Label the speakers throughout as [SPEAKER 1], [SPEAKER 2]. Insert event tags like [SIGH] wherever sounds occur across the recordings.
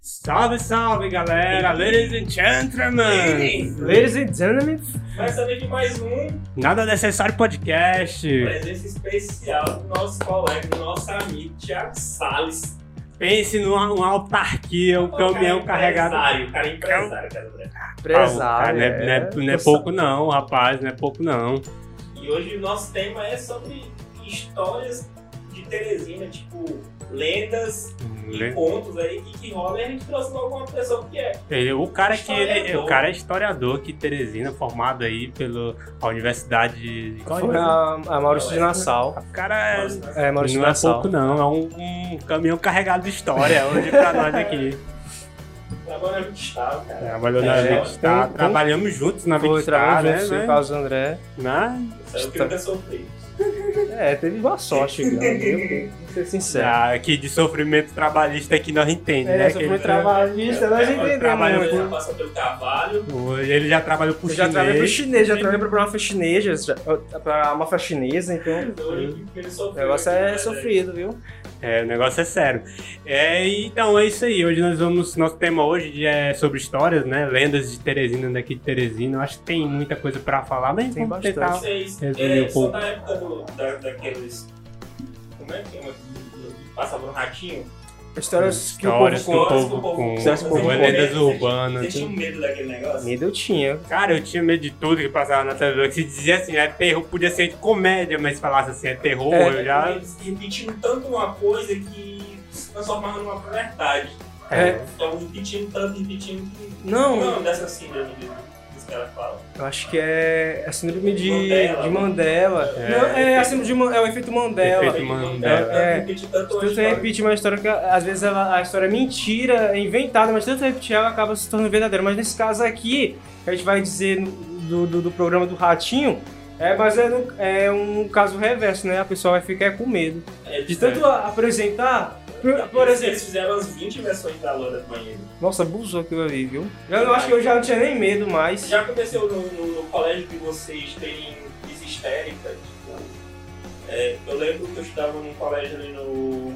[SPEAKER 1] Salve, salve, galera! Ladies and gentlemen!
[SPEAKER 2] Ladies and gentlemen,
[SPEAKER 3] Começa a de mais um
[SPEAKER 1] Nada necessário podcast.
[SPEAKER 3] presença especial do nosso colega, do nosso amigo Thiago Salles.
[SPEAKER 1] Pense numa, uma autarquia, um caminhão carregado. É
[SPEAKER 3] Empresário, cara é empresário, cara André.
[SPEAKER 1] Ah,
[SPEAKER 2] empresário.
[SPEAKER 1] não, é, não é- não é pouco não, rapaz, não é pouco não.
[SPEAKER 3] E hoje o nosso tema é sobre histórias de Teresina, tipo lendas e contos aí que, que rola e a gente trouxe logo uma pessoa que é.
[SPEAKER 1] É, O cara que ele,
[SPEAKER 3] Historiador.
[SPEAKER 1] o cara é historiador que Teresina, formado aí pela a Universidade de qual
[SPEAKER 2] Foi
[SPEAKER 1] universidade?
[SPEAKER 2] a, a Maurício de Nassau.
[SPEAKER 1] O cara é,
[SPEAKER 3] né?
[SPEAKER 2] É, Maurício de
[SPEAKER 1] não é
[SPEAKER 2] Nassau.
[SPEAKER 1] pouco não, é um, um caminhão carregado de história hoje pra nós aqui.
[SPEAKER 3] Trabalha no estado, tá, cara.
[SPEAKER 1] Trabalhou na
[SPEAKER 2] É,
[SPEAKER 1] Big Star,
[SPEAKER 2] tem- tem-
[SPEAKER 1] tá trabalhamos juntos na Big
[SPEAKER 2] Foi,
[SPEAKER 1] Star,
[SPEAKER 2] trabalhou
[SPEAKER 1] né?
[SPEAKER 2] junto,
[SPEAKER 1] né?
[SPEAKER 2] eu e Carlos André.
[SPEAKER 1] Né?
[SPEAKER 3] Saiu que nunca sofri.
[SPEAKER 2] É, teve
[SPEAKER 1] [LAUGHS]
[SPEAKER 2] boa sorte, cara. viu? Vou ser sincero.
[SPEAKER 1] Ah, aqui de sofrimento trabalhista que nós entendemos,
[SPEAKER 2] É,
[SPEAKER 1] né?
[SPEAKER 2] só
[SPEAKER 1] Que
[SPEAKER 2] foi
[SPEAKER 1] ele-
[SPEAKER 2] trabalhista, né? nós
[SPEAKER 3] É,
[SPEAKER 1] trabalho
[SPEAKER 2] entendemos.
[SPEAKER 3] Ele
[SPEAKER 2] muito.
[SPEAKER 3] já passou pelo cavalo.
[SPEAKER 1] Ele já trabalhou pro
[SPEAKER 2] Eu
[SPEAKER 1] chinês.
[SPEAKER 2] já trabalhei pro chinês, já trabalhei pra uma faxineja, já- pra uma faxinesa, então
[SPEAKER 3] então ele- ele
[SPEAKER 2] o
[SPEAKER 3] sofreu
[SPEAKER 2] negócio
[SPEAKER 3] aqui,
[SPEAKER 2] é
[SPEAKER 3] né,
[SPEAKER 2] sofrido, viu?
[SPEAKER 1] É, o negócio é sério. É, então é isso aí. Hoje nós vamos. Nosso tema hoje é sobre histórias, né? Lendas de Teresina, daqui de Teresina. Eu acho que tem muita coisa pra falar, mas é
[SPEAKER 2] Tem
[SPEAKER 1] vamos
[SPEAKER 2] bastante.
[SPEAKER 1] tentar.
[SPEAKER 3] Vocês,
[SPEAKER 1] Resumir
[SPEAKER 3] é,
[SPEAKER 1] um
[SPEAKER 3] só
[SPEAKER 1] pouco.
[SPEAKER 3] da época do, da, daqueles. Como é que é? Que Passava um ratinho?
[SPEAKER 2] Histórias que o
[SPEAKER 1] Histórias
[SPEAKER 2] povo
[SPEAKER 1] que o
[SPEAKER 2] conta.
[SPEAKER 1] povo com,
[SPEAKER 2] Histórias
[SPEAKER 3] um
[SPEAKER 2] que o povo
[SPEAKER 1] com
[SPEAKER 2] conta.
[SPEAKER 1] lendas
[SPEAKER 3] Vocês
[SPEAKER 1] urbanas.
[SPEAKER 3] tinham assim, um medo daquele negócio?
[SPEAKER 2] Medo eu tinha.
[SPEAKER 1] Cara, eu tinha medo de tudo que passava na televisão. que Se dizia assim, é terror, podia ser de comédia, mas falasse assim, é terror,
[SPEAKER 2] É.
[SPEAKER 1] eu já.
[SPEAKER 3] Eles repetiam tanto uma coisa que se transformava numa verdade.
[SPEAKER 2] É.
[SPEAKER 3] Então repetindo tanto, repetindo que.
[SPEAKER 2] Não,
[SPEAKER 3] Não, dessa síndrome de- que os caras falam.
[SPEAKER 2] Eu acho que é a síndrome de
[SPEAKER 3] Mandela.
[SPEAKER 2] Mandela. De Mandela.
[SPEAKER 1] É.
[SPEAKER 2] Não, é a síndrome de Man- é o efeito Mandela.
[SPEAKER 1] Efeito Mandela.
[SPEAKER 3] Tanto,
[SPEAKER 2] É.
[SPEAKER 3] repetir tanto né? uma
[SPEAKER 2] Tanto você
[SPEAKER 3] história.
[SPEAKER 2] repete uma história que às vezes ela- a história é mentira, é inventada, mas tanto repetir ela acaba se tornando verdadeira. Mas nesse caso aqui, a gente vai dizer do, do, do programa do Ratinho, é, mas é, no- é um caso reverso, né? A pessoa vai ficar com medo.
[SPEAKER 3] É,
[SPEAKER 2] De tanto a- apresentar, por, por
[SPEAKER 3] eles,
[SPEAKER 2] exemplo.
[SPEAKER 3] eles fizeram as 20 versões da Lola do banheiro.
[SPEAKER 2] Nossa, abusou aquilo ali, viu? Eu não- acho que eu já não tinha nem medo mais.
[SPEAKER 3] Já aconteceu no, no- no colégio de vocês terem crise histérica? Tipo, é, eu lembro que eu estudava num colégio ali no,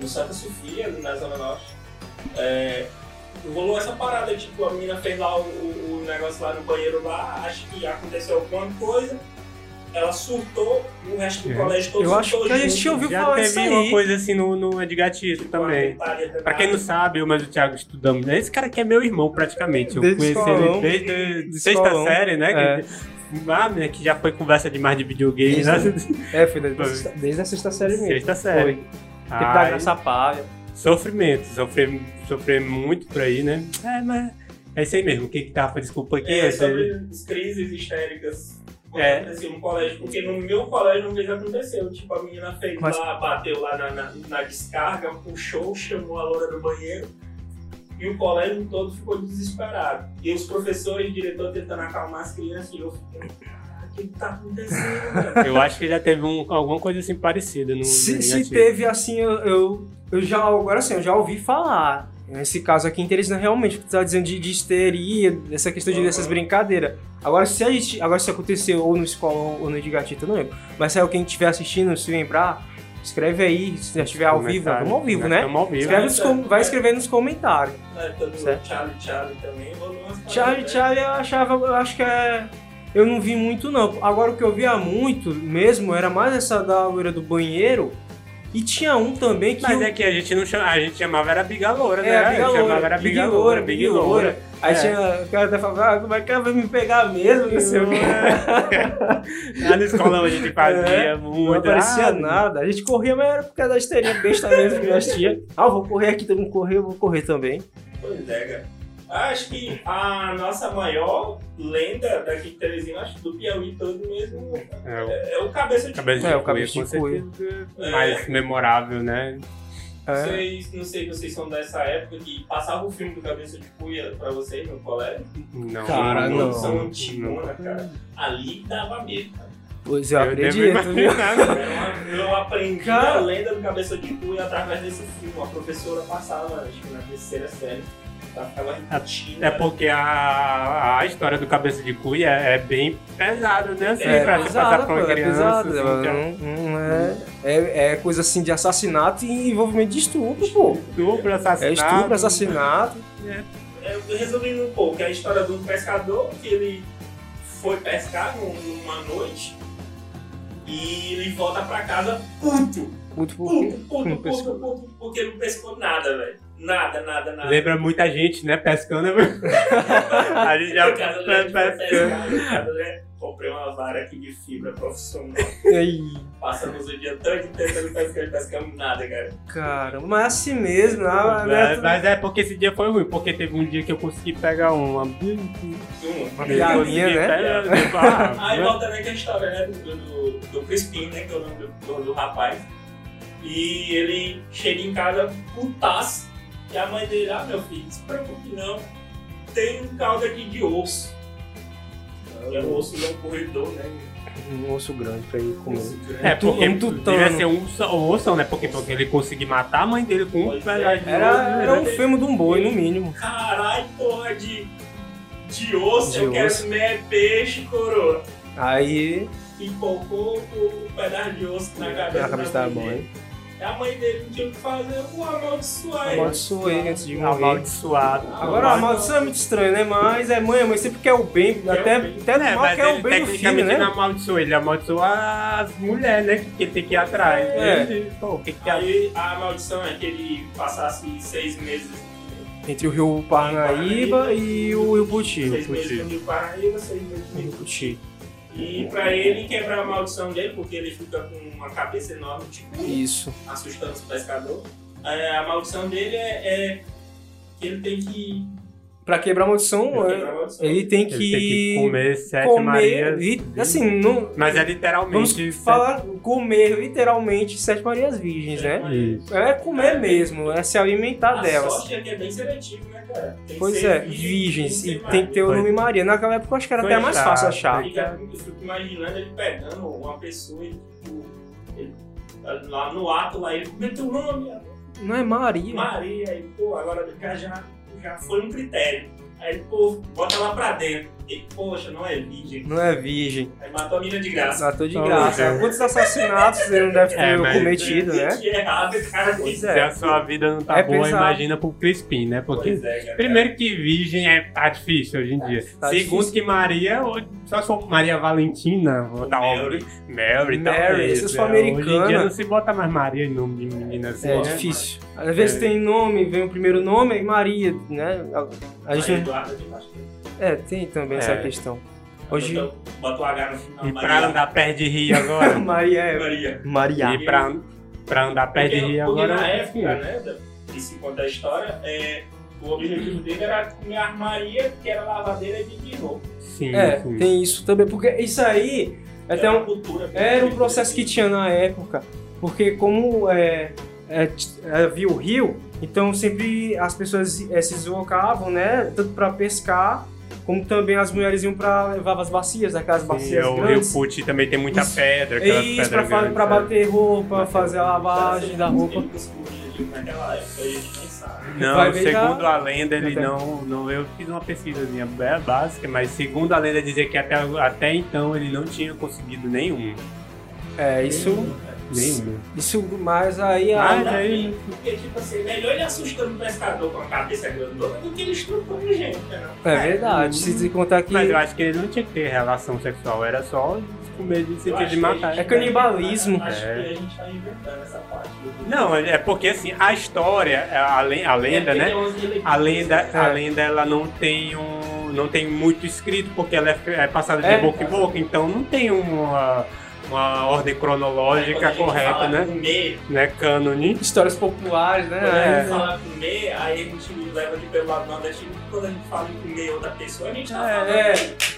[SPEAKER 3] no Santa Sofia, ali na Zona Norte. É, rolou essa parada, tipo, a menina fez lá o, o- o negócio lá no banheiro lá, acho que aconteceu alguma coisa, ela surtou, o resto do
[SPEAKER 1] É.
[SPEAKER 3] colégio todo
[SPEAKER 2] Uhum. Eu acho
[SPEAKER 3] surtou
[SPEAKER 2] que a gente
[SPEAKER 3] junto.
[SPEAKER 2] tinha ouvido
[SPEAKER 1] Já
[SPEAKER 2] falar
[SPEAKER 1] teve
[SPEAKER 2] disso
[SPEAKER 1] uma
[SPEAKER 2] aí.
[SPEAKER 1] coisa assim no, no Edgar Tito
[SPEAKER 3] Tipo,
[SPEAKER 1] também.
[SPEAKER 3] uma dentária
[SPEAKER 1] Pra quem não sabe, eu mas o Thiago estudamos. Esse cara aqui é meu irmão, praticamente. Eu
[SPEAKER 2] Desde
[SPEAKER 1] conheci
[SPEAKER 2] escolão.
[SPEAKER 1] ele desde
[SPEAKER 2] Desde
[SPEAKER 1] sexta
[SPEAKER 2] escolão.
[SPEAKER 1] série, né?
[SPEAKER 2] É.
[SPEAKER 1] Que, ah, né, que já foi conversa demais de videogame, né?
[SPEAKER 2] É, foi desde, desde a sexta série mesmo.
[SPEAKER 1] Sexta série.
[SPEAKER 2] Foi. Tempo da
[SPEAKER 1] Ai,
[SPEAKER 2] Graça Palha.
[SPEAKER 1] sofrimento, sofremos sofremos muito por aí, né? É, mas é isso aí mesmo. O que que tava? Desculpa aqui.
[SPEAKER 3] É,
[SPEAKER 1] eu sei.
[SPEAKER 3] sobre as crises histéricas que
[SPEAKER 1] É.
[SPEAKER 3] aconteciam no colégio, porque no meu colégio uma vez aconteceu, tipo, a menina fez
[SPEAKER 2] Mas-
[SPEAKER 3] lá, bateu lá na, na, na descarga, puxou, chamou a loura do banheiro, e o colégio todo ficou desesperado. E os professores e o diretor tentando acalmar as crianças, e eu fiquei, "Cara, o que que tá acontecendo,
[SPEAKER 2] [LAUGHS]
[SPEAKER 3] cara?"
[SPEAKER 1] Eu acho que já teve um- alguma coisa assim parecida. No, no
[SPEAKER 2] Se,
[SPEAKER 1] Edgar
[SPEAKER 2] se
[SPEAKER 1] Tito.
[SPEAKER 2] teve assim, eu, eu, eu já, agora sim, eu já ouvi falar. Nesse caso aqui, em Teresina, realmente, o que tu tá dizendo de, de histeria, dessa questão de,
[SPEAKER 3] Uhum.
[SPEAKER 2] dessas brincadeiras. Agora, se a gente, agora se aconteceu ou no escola ou no Edgatito, eu não lembro. Mas se é alguém estiver assistindo, se lembrar, escreve aí, se já estiver ao vivo,
[SPEAKER 1] Comentário.
[SPEAKER 2] vamos ao vivo,
[SPEAKER 1] Nós
[SPEAKER 2] né?
[SPEAKER 1] Estamos ao vivo.
[SPEAKER 2] Escreve nos com- vai escrever nos comentários.
[SPEAKER 3] Na época do
[SPEAKER 2] Certo.
[SPEAKER 3] Charlie Charlie também, rolou umas paradas,
[SPEAKER 2] Charlie,
[SPEAKER 3] né?
[SPEAKER 2] Charlie, eu achava, eu acho que é. Eu não vi muito, não. Agora, o que eu via muito mesmo era mais essa da loira do banheiro. E tinha um também que.
[SPEAKER 1] Mas
[SPEAKER 2] o-
[SPEAKER 1] é que a gente não chama, a gente chamava era Bigaloura, né?
[SPEAKER 2] É, a Big
[SPEAKER 1] Eu chamava
[SPEAKER 2] Loura,
[SPEAKER 1] era
[SPEAKER 2] Big
[SPEAKER 1] Bigaloura,
[SPEAKER 2] Loura, Big Loura. Aí
[SPEAKER 1] É.
[SPEAKER 2] tinha o cara da favela, ah, como é que ela vai me pegar mesmo? Assim, Não sei o quê.
[SPEAKER 1] Lá [LAUGHS] na escola a gente fazia
[SPEAKER 2] É, Não
[SPEAKER 1] muito.
[SPEAKER 2] aparecia
[SPEAKER 1] Ah,
[SPEAKER 2] nada. A gente corria, mas era por causa da histeria besta mesmo que nós tinha. Ah, eu vou correr aqui, todo mundo correu, eu vou correr também.
[SPEAKER 3] Pois é, cara. Acho que a nossa maior lenda daqui de Teresina, acho que do Piauí todo mesmo,
[SPEAKER 1] É, o
[SPEAKER 3] é o Cabeça de
[SPEAKER 1] cabeça de
[SPEAKER 2] É, o
[SPEAKER 1] cuia,
[SPEAKER 2] cabeça
[SPEAKER 1] com
[SPEAKER 2] de cuia.
[SPEAKER 1] certeza,
[SPEAKER 3] É.
[SPEAKER 1] Mais memorável, né?
[SPEAKER 2] É.
[SPEAKER 3] Vocês, não sei, vocês são dessa época que passava o filme do Cabeça de Cuia pra vocês no colégio?
[SPEAKER 1] Não.
[SPEAKER 2] Cara,
[SPEAKER 3] Uma
[SPEAKER 2] não.
[SPEAKER 3] um. produção antigona, cara. Ali dava medo, cara.
[SPEAKER 2] Pois eu,
[SPEAKER 1] Eu devo
[SPEAKER 2] acredito, viu?
[SPEAKER 1] imaginar.
[SPEAKER 3] Eu, eu aprendi
[SPEAKER 2] Cara.
[SPEAKER 3] a lenda do Cabeça de Cu através desse filme. A professora passava, acho que na terceira série, ela ficava repetindo.
[SPEAKER 1] É porque a, a história do cabeça de cuia é bem pesada, né? Assim,
[SPEAKER 3] É
[SPEAKER 1] pra se passar
[SPEAKER 2] pesado,
[SPEAKER 1] pra uma
[SPEAKER 2] pô, [LAUGHS] é
[SPEAKER 1] criança.
[SPEAKER 2] pesado,
[SPEAKER 1] assim,
[SPEAKER 2] mano,
[SPEAKER 1] então,
[SPEAKER 2] não- não é, é, é coisa assim de assassinato e envolvimento de estupro, pô.
[SPEAKER 1] Estupro,
[SPEAKER 2] É
[SPEAKER 1] assassinato.
[SPEAKER 2] estupro, assassinato.
[SPEAKER 3] É, resumindo um pouco, é a história de um pescador que ele foi pescar num- numa noite e ele volta pra casa puto.
[SPEAKER 2] Muito
[SPEAKER 3] Puto, [LAUGHS]
[SPEAKER 2] por
[SPEAKER 3] puto,
[SPEAKER 2] Não
[SPEAKER 3] puto,
[SPEAKER 2] pescou.
[SPEAKER 3] puto, porque ele não pescou nada, velho. Nada, nada, nada.
[SPEAKER 1] Lembra muita gente, né? [LAUGHS] Pescando. a gente já
[SPEAKER 3] Em casa, né, a gente vai
[SPEAKER 1] pescando.
[SPEAKER 3] pescar, em casa, né? Comprei uma vara aqui de fibra profissional.
[SPEAKER 2] Ei,
[SPEAKER 3] Passamos o dia todo tentando pescar, não pescamos nada, cara.
[SPEAKER 2] caramba, mas é assim mesmo, ah,
[SPEAKER 1] Mas,
[SPEAKER 2] né?
[SPEAKER 1] mas é porque esse dia foi ruim, porque teve um dia que eu consegui pegar uma.
[SPEAKER 3] Uma
[SPEAKER 2] piada.
[SPEAKER 1] Eu consegui
[SPEAKER 2] né? um
[SPEAKER 1] pegar, eu digo, ah,
[SPEAKER 3] Um. Aí
[SPEAKER 1] né?
[SPEAKER 3] volta naquela história, né? Do, do, do Crispim, né? Que é o nome do, do, do rapaz. E ele chega em casa putaço. E a mãe dele, ah, meu filho, não se preocupe não. Tem um caldo aqui de osso. Que é o osso de um corredor, né?
[SPEAKER 2] Um osso grande pra ir comer.
[SPEAKER 3] Osso grande.
[SPEAKER 1] É,
[SPEAKER 2] tu-
[SPEAKER 1] porque
[SPEAKER 2] um tutano.
[SPEAKER 1] devia ser um so- um oção, né? Porque, porque ele conseguiu matar a mãe dele com um
[SPEAKER 3] Pois
[SPEAKER 1] pedaço
[SPEAKER 3] é.
[SPEAKER 1] de osso,
[SPEAKER 2] Era,
[SPEAKER 1] né?
[SPEAKER 2] era um fêmur de um boi, no mínimo.
[SPEAKER 3] Caralho, porra de, de osso.
[SPEAKER 2] De
[SPEAKER 3] eu quero
[SPEAKER 2] osso.
[SPEAKER 3] comer peixe, coroa.
[SPEAKER 2] Aí,
[SPEAKER 3] Empolgou o o um pedaço de osso na cabeça,
[SPEAKER 2] na Ah, cabeça tá da mãe.
[SPEAKER 3] A mãe dele não tinha o que fazer, o amaldiçoar ele.
[SPEAKER 2] Amaldiçoei antes de morrer.
[SPEAKER 1] Um Amaldiçoado. um
[SPEAKER 2] Agora, a maldição é muito estranho, né? Mas é mãe, a mãe sempre quer o bem,
[SPEAKER 3] Quer
[SPEAKER 2] até,
[SPEAKER 3] o bem.
[SPEAKER 2] até no
[SPEAKER 1] É,
[SPEAKER 2] mal
[SPEAKER 1] mas
[SPEAKER 2] quer
[SPEAKER 1] ele
[SPEAKER 2] o um bem do filho,
[SPEAKER 1] tecnicamente não
[SPEAKER 2] né?
[SPEAKER 1] amaldiçoou, ele amaldiçoou as mulheres, né? Que ele tem que ir atrás.
[SPEAKER 2] É.
[SPEAKER 1] Ele, pô, o que que é?
[SPEAKER 3] Aí a maldição é que ele passasse seis meses,
[SPEAKER 2] Entre o rio Parnaíba e o Rio
[SPEAKER 3] seis
[SPEAKER 2] Puti.
[SPEAKER 3] meses no Rio Paraíba, seis meses no Rio.
[SPEAKER 2] Puti.
[SPEAKER 3] E pra ele quebrar a maldição dele, porque ele fica com uma cabeça enorme, tipo,
[SPEAKER 2] Isso.
[SPEAKER 3] assustando os pescadores, é, a maldição dele é, é que ele tem que
[SPEAKER 2] Pra quebrar a maldição,
[SPEAKER 3] quebrar a
[SPEAKER 2] é,
[SPEAKER 3] maldição.
[SPEAKER 2] ele tem que,
[SPEAKER 1] Ele tem que comer sete
[SPEAKER 2] comer
[SPEAKER 1] marias.
[SPEAKER 2] vi- assim, não,
[SPEAKER 1] Mas é
[SPEAKER 2] vamos
[SPEAKER 1] literalmente.
[SPEAKER 2] falar, comer literalmente sete marias virgens, né?
[SPEAKER 1] Isso.
[SPEAKER 2] É comer mesmo, é se alimentar
[SPEAKER 3] A
[SPEAKER 2] delas.
[SPEAKER 3] sorte é que é bem seletivo, né, cara? Tem que
[SPEAKER 2] Pois
[SPEAKER 3] ser
[SPEAKER 2] é,
[SPEAKER 3] virgem,
[SPEAKER 2] virgens, e
[SPEAKER 3] ser
[SPEAKER 2] tem que ter o
[SPEAKER 1] Pois-
[SPEAKER 2] nome Maria. Naquela época eu acho que era
[SPEAKER 1] Pois
[SPEAKER 2] até mais
[SPEAKER 1] tá,
[SPEAKER 2] fácil achar.
[SPEAKER 1] pois-
[SPEAKER 3] Fica- Eu fico imaginando ele pegando uma pessoa e tipo, ele- lá no ato lá ele meteu o nome,
[SPEAKER 2] Não é Maria.
[SPEAKER 3] Maria, e pô, agora o cara já, já foi um critério. Aí ele, pô, bota lá pra dentro. E, poxa, não é virgem.
[SPEAKER 2] Não é virgem.
[SPEAKER 3] Aí matou a mina de graça.
[SPEAKER 2] Matou de
[SPEAKER 1] Não,
[SPEAKER 2] graça.
[SPEAKER 1] cara.
[SPEAKER 2] é. Quantos assassinatos ele não deve ter
[SPEAKER 1] É, mas-
[SPEAKER 2] cometido, né?
[SPEAKER 3] Que errado, cara.
[SPEAKER 2] Pois
[SPEAKER 1] Se
[SPEAKER 2] é.
[SPEAKER 1] a sua vida não tá
[SPEAKER 2] É
[SPEAKER 1] boa,
[SPEAKER 2] pesado.
[SPEAKER 1] imagina pro Crispim, né? Porque.
[SPEAKER 3] Pois é, cara.
[SPEAKER 1] Primeiro que virgem é, tá difícil hoje em dia.
[SPEAKER 2] tá
[SPEAKER 1] Segundo
[SPEAKER 2] difícil.
[SPEAKER 1] que Maria, ou- só se for Maria Valentina,
[SPEAKER 3] É
[SPEAKER 1] ou tá
[SPEAKER 3] Mary.
[SPEAKER 1] óbvio. Mary,
[SPEAKER 2] Mary,
[SPEAKER 1] talvez,
[SPEAKER 2] se for
[SPEAKER 1] né? Hoje em
[SPEAKER 2] americana-
[SPEAKER 1] dia não se bota mais Maria em nome de menina assim,
[SPEAKER 2] É
[SPEAKER 1] né?
[SPEAKER 2] difícil. É. Às vezes tem nome, vem o primeiro nome, e Maria, né? A, a
[SPEAKER 3] Aí
[SPEAKER 2] gente
[SPEAKER 3] Eduardo de Bastos.
[SPEAKER 2] não... É, tem também essa
[SPEAKER 1] É.
[SPEAKER 2] questão. Hoje-
[SPEAKER 3] Bota- Bota o H no final.
[SPEAKER 1] E pra
[SPEAKER 3] Maria.
[SPEAKER 1] andar perto de rio agora.
[SPEAKER 2] [LAUGHS] Maria é.
[SPEAKER 3] Maria.
[SPEAKER 2] Maria.
[SPEAKER 1] E pra, pra andar perto de
[SPEAKER 3] Porque-
[SPEAKER 1] rio
[SPEAKER 3] porque
[SPEAKER 1] agora.
[SPEAKER 3] na
[SPEAKER 2] é
[SPEAKER 3] época, né, da- que se conta a história, é, o objetivo dele era comer a Maria, que era lavadeira de dinheiro.
[SPEAKER 1] Sim,
[SPEAKER 2] É,
[SPEAKER 1] sim.
[SPEAKER 2] tem isso também, porque isso aí é até um,
[SPEAKER 3] cultura.
[SPEAKER 2] era um processo que tinha na época, porque como é, é, t- havia o rio, então sempre as pessoas é, se deslocavam, né, tanto para pescar, como também as mulheres iam para levar as bacias, aquelas
[SPEAKER 1] Sim,
[SPEAKER 2] bacias
[SPEAKER 1] é, o
[SPEAKER 2] grandes.
[SPEAKER 1] Rio Puti também tem muita
[SPEAKER 2] Isso.
[SPEAKER 1] pedra, aquelas
[SPEAKER 2] E isso
[SPEAKER 1] pedras grandes.
[SPEAKER 2] para
[SPEAKER 1] é.
[SPEAKER 2] bater roupa, fazer a lavagem da roupa.
[SPEAKER 3] Naquela época a gente nem sabe.
[SPEAKER 2] Vai
[SPEAKER 1] Não,
[SPEAKER 2] ver já-
[SPEAKER 1] segundo a lenda, ele
[SPEAKER 2] já tem.
[SPEAKER 1] não, não. Eu fiz uma pesquisazinha bem básica, mas segundo a lenda dizia que até, até então ele não tinha conseguido nenhum.
[SPEAKER 2] É, isso,
[SPEAKER 1] Nenhum.
[SPEAKER 2] isso mas aí a-
[SPEAKER 1] Mas
[SPEAKER 3] Ainda
[SPEAKER 1] aí-
[SPEAKER 3] bem, Porque, tipo assim, melhor ele assustando o pescador com a cabeça grandona do que ele estuprando gente, né?
[SPEAKER 2] é verdade, se descontar que
[SPEAKER 1] Mas eu acho que ele não tinha que ter relação sexual, era só comer de
[SPEAKER 3] Eu
[SPEAKER 1] sentido
[SPEAKER 3] acho
[SPEAKER 1] de
[SPEAKER 3] que a
[SPEAKER 1] matar.
[SPEAKER 3] gente
[SPEAKER 2] É
[SPEAKER 3] tá-
[SPEAKER 2] canibalismo.
[SPEAKER 3] Acho que
[SPEAKER 1] É.
[SPEAKER 3] a gente tá inventando essa parte. do-
[SPEAKER 1] Não, é porque assim, a história, a, len- a lenda,
[SPEAKER 3] Deve ter
[SPEAKER 1] né?
[SPEAKER 3] umas releituras,
[SPEAKER 1] A lenda, a
[SPEAKER 2] É.
[SPEAKER 1] lenda ela não tem um, não tem muito escrito porque ela é, é passada de
[SPEAKER 2] É.
[SPEAKER 1] boca em boca, então não tem uma, uma ordem
[SPEAKER 3] Quando a
[SPEAKER 1] cronológica
[SPEAKER 3] gente
[SPEAKER 1] correta,
[SPEAKER 3] fala
[SPEAKER 1] né?
[SPEAKER 3] Comer,
[SPEAKER 1] Né, cânone.
[SPEAKER 2] histórias populares, né?
[SPEAKER 3] Quando a gente
[SPEAKER 2] É.
[SPEAKER 3] fala comer, aí a gente leva de pelo lado nordestino, quando a gente fala em comer outra pessoa, a gente tá falando.
[SPEAKER 2] É,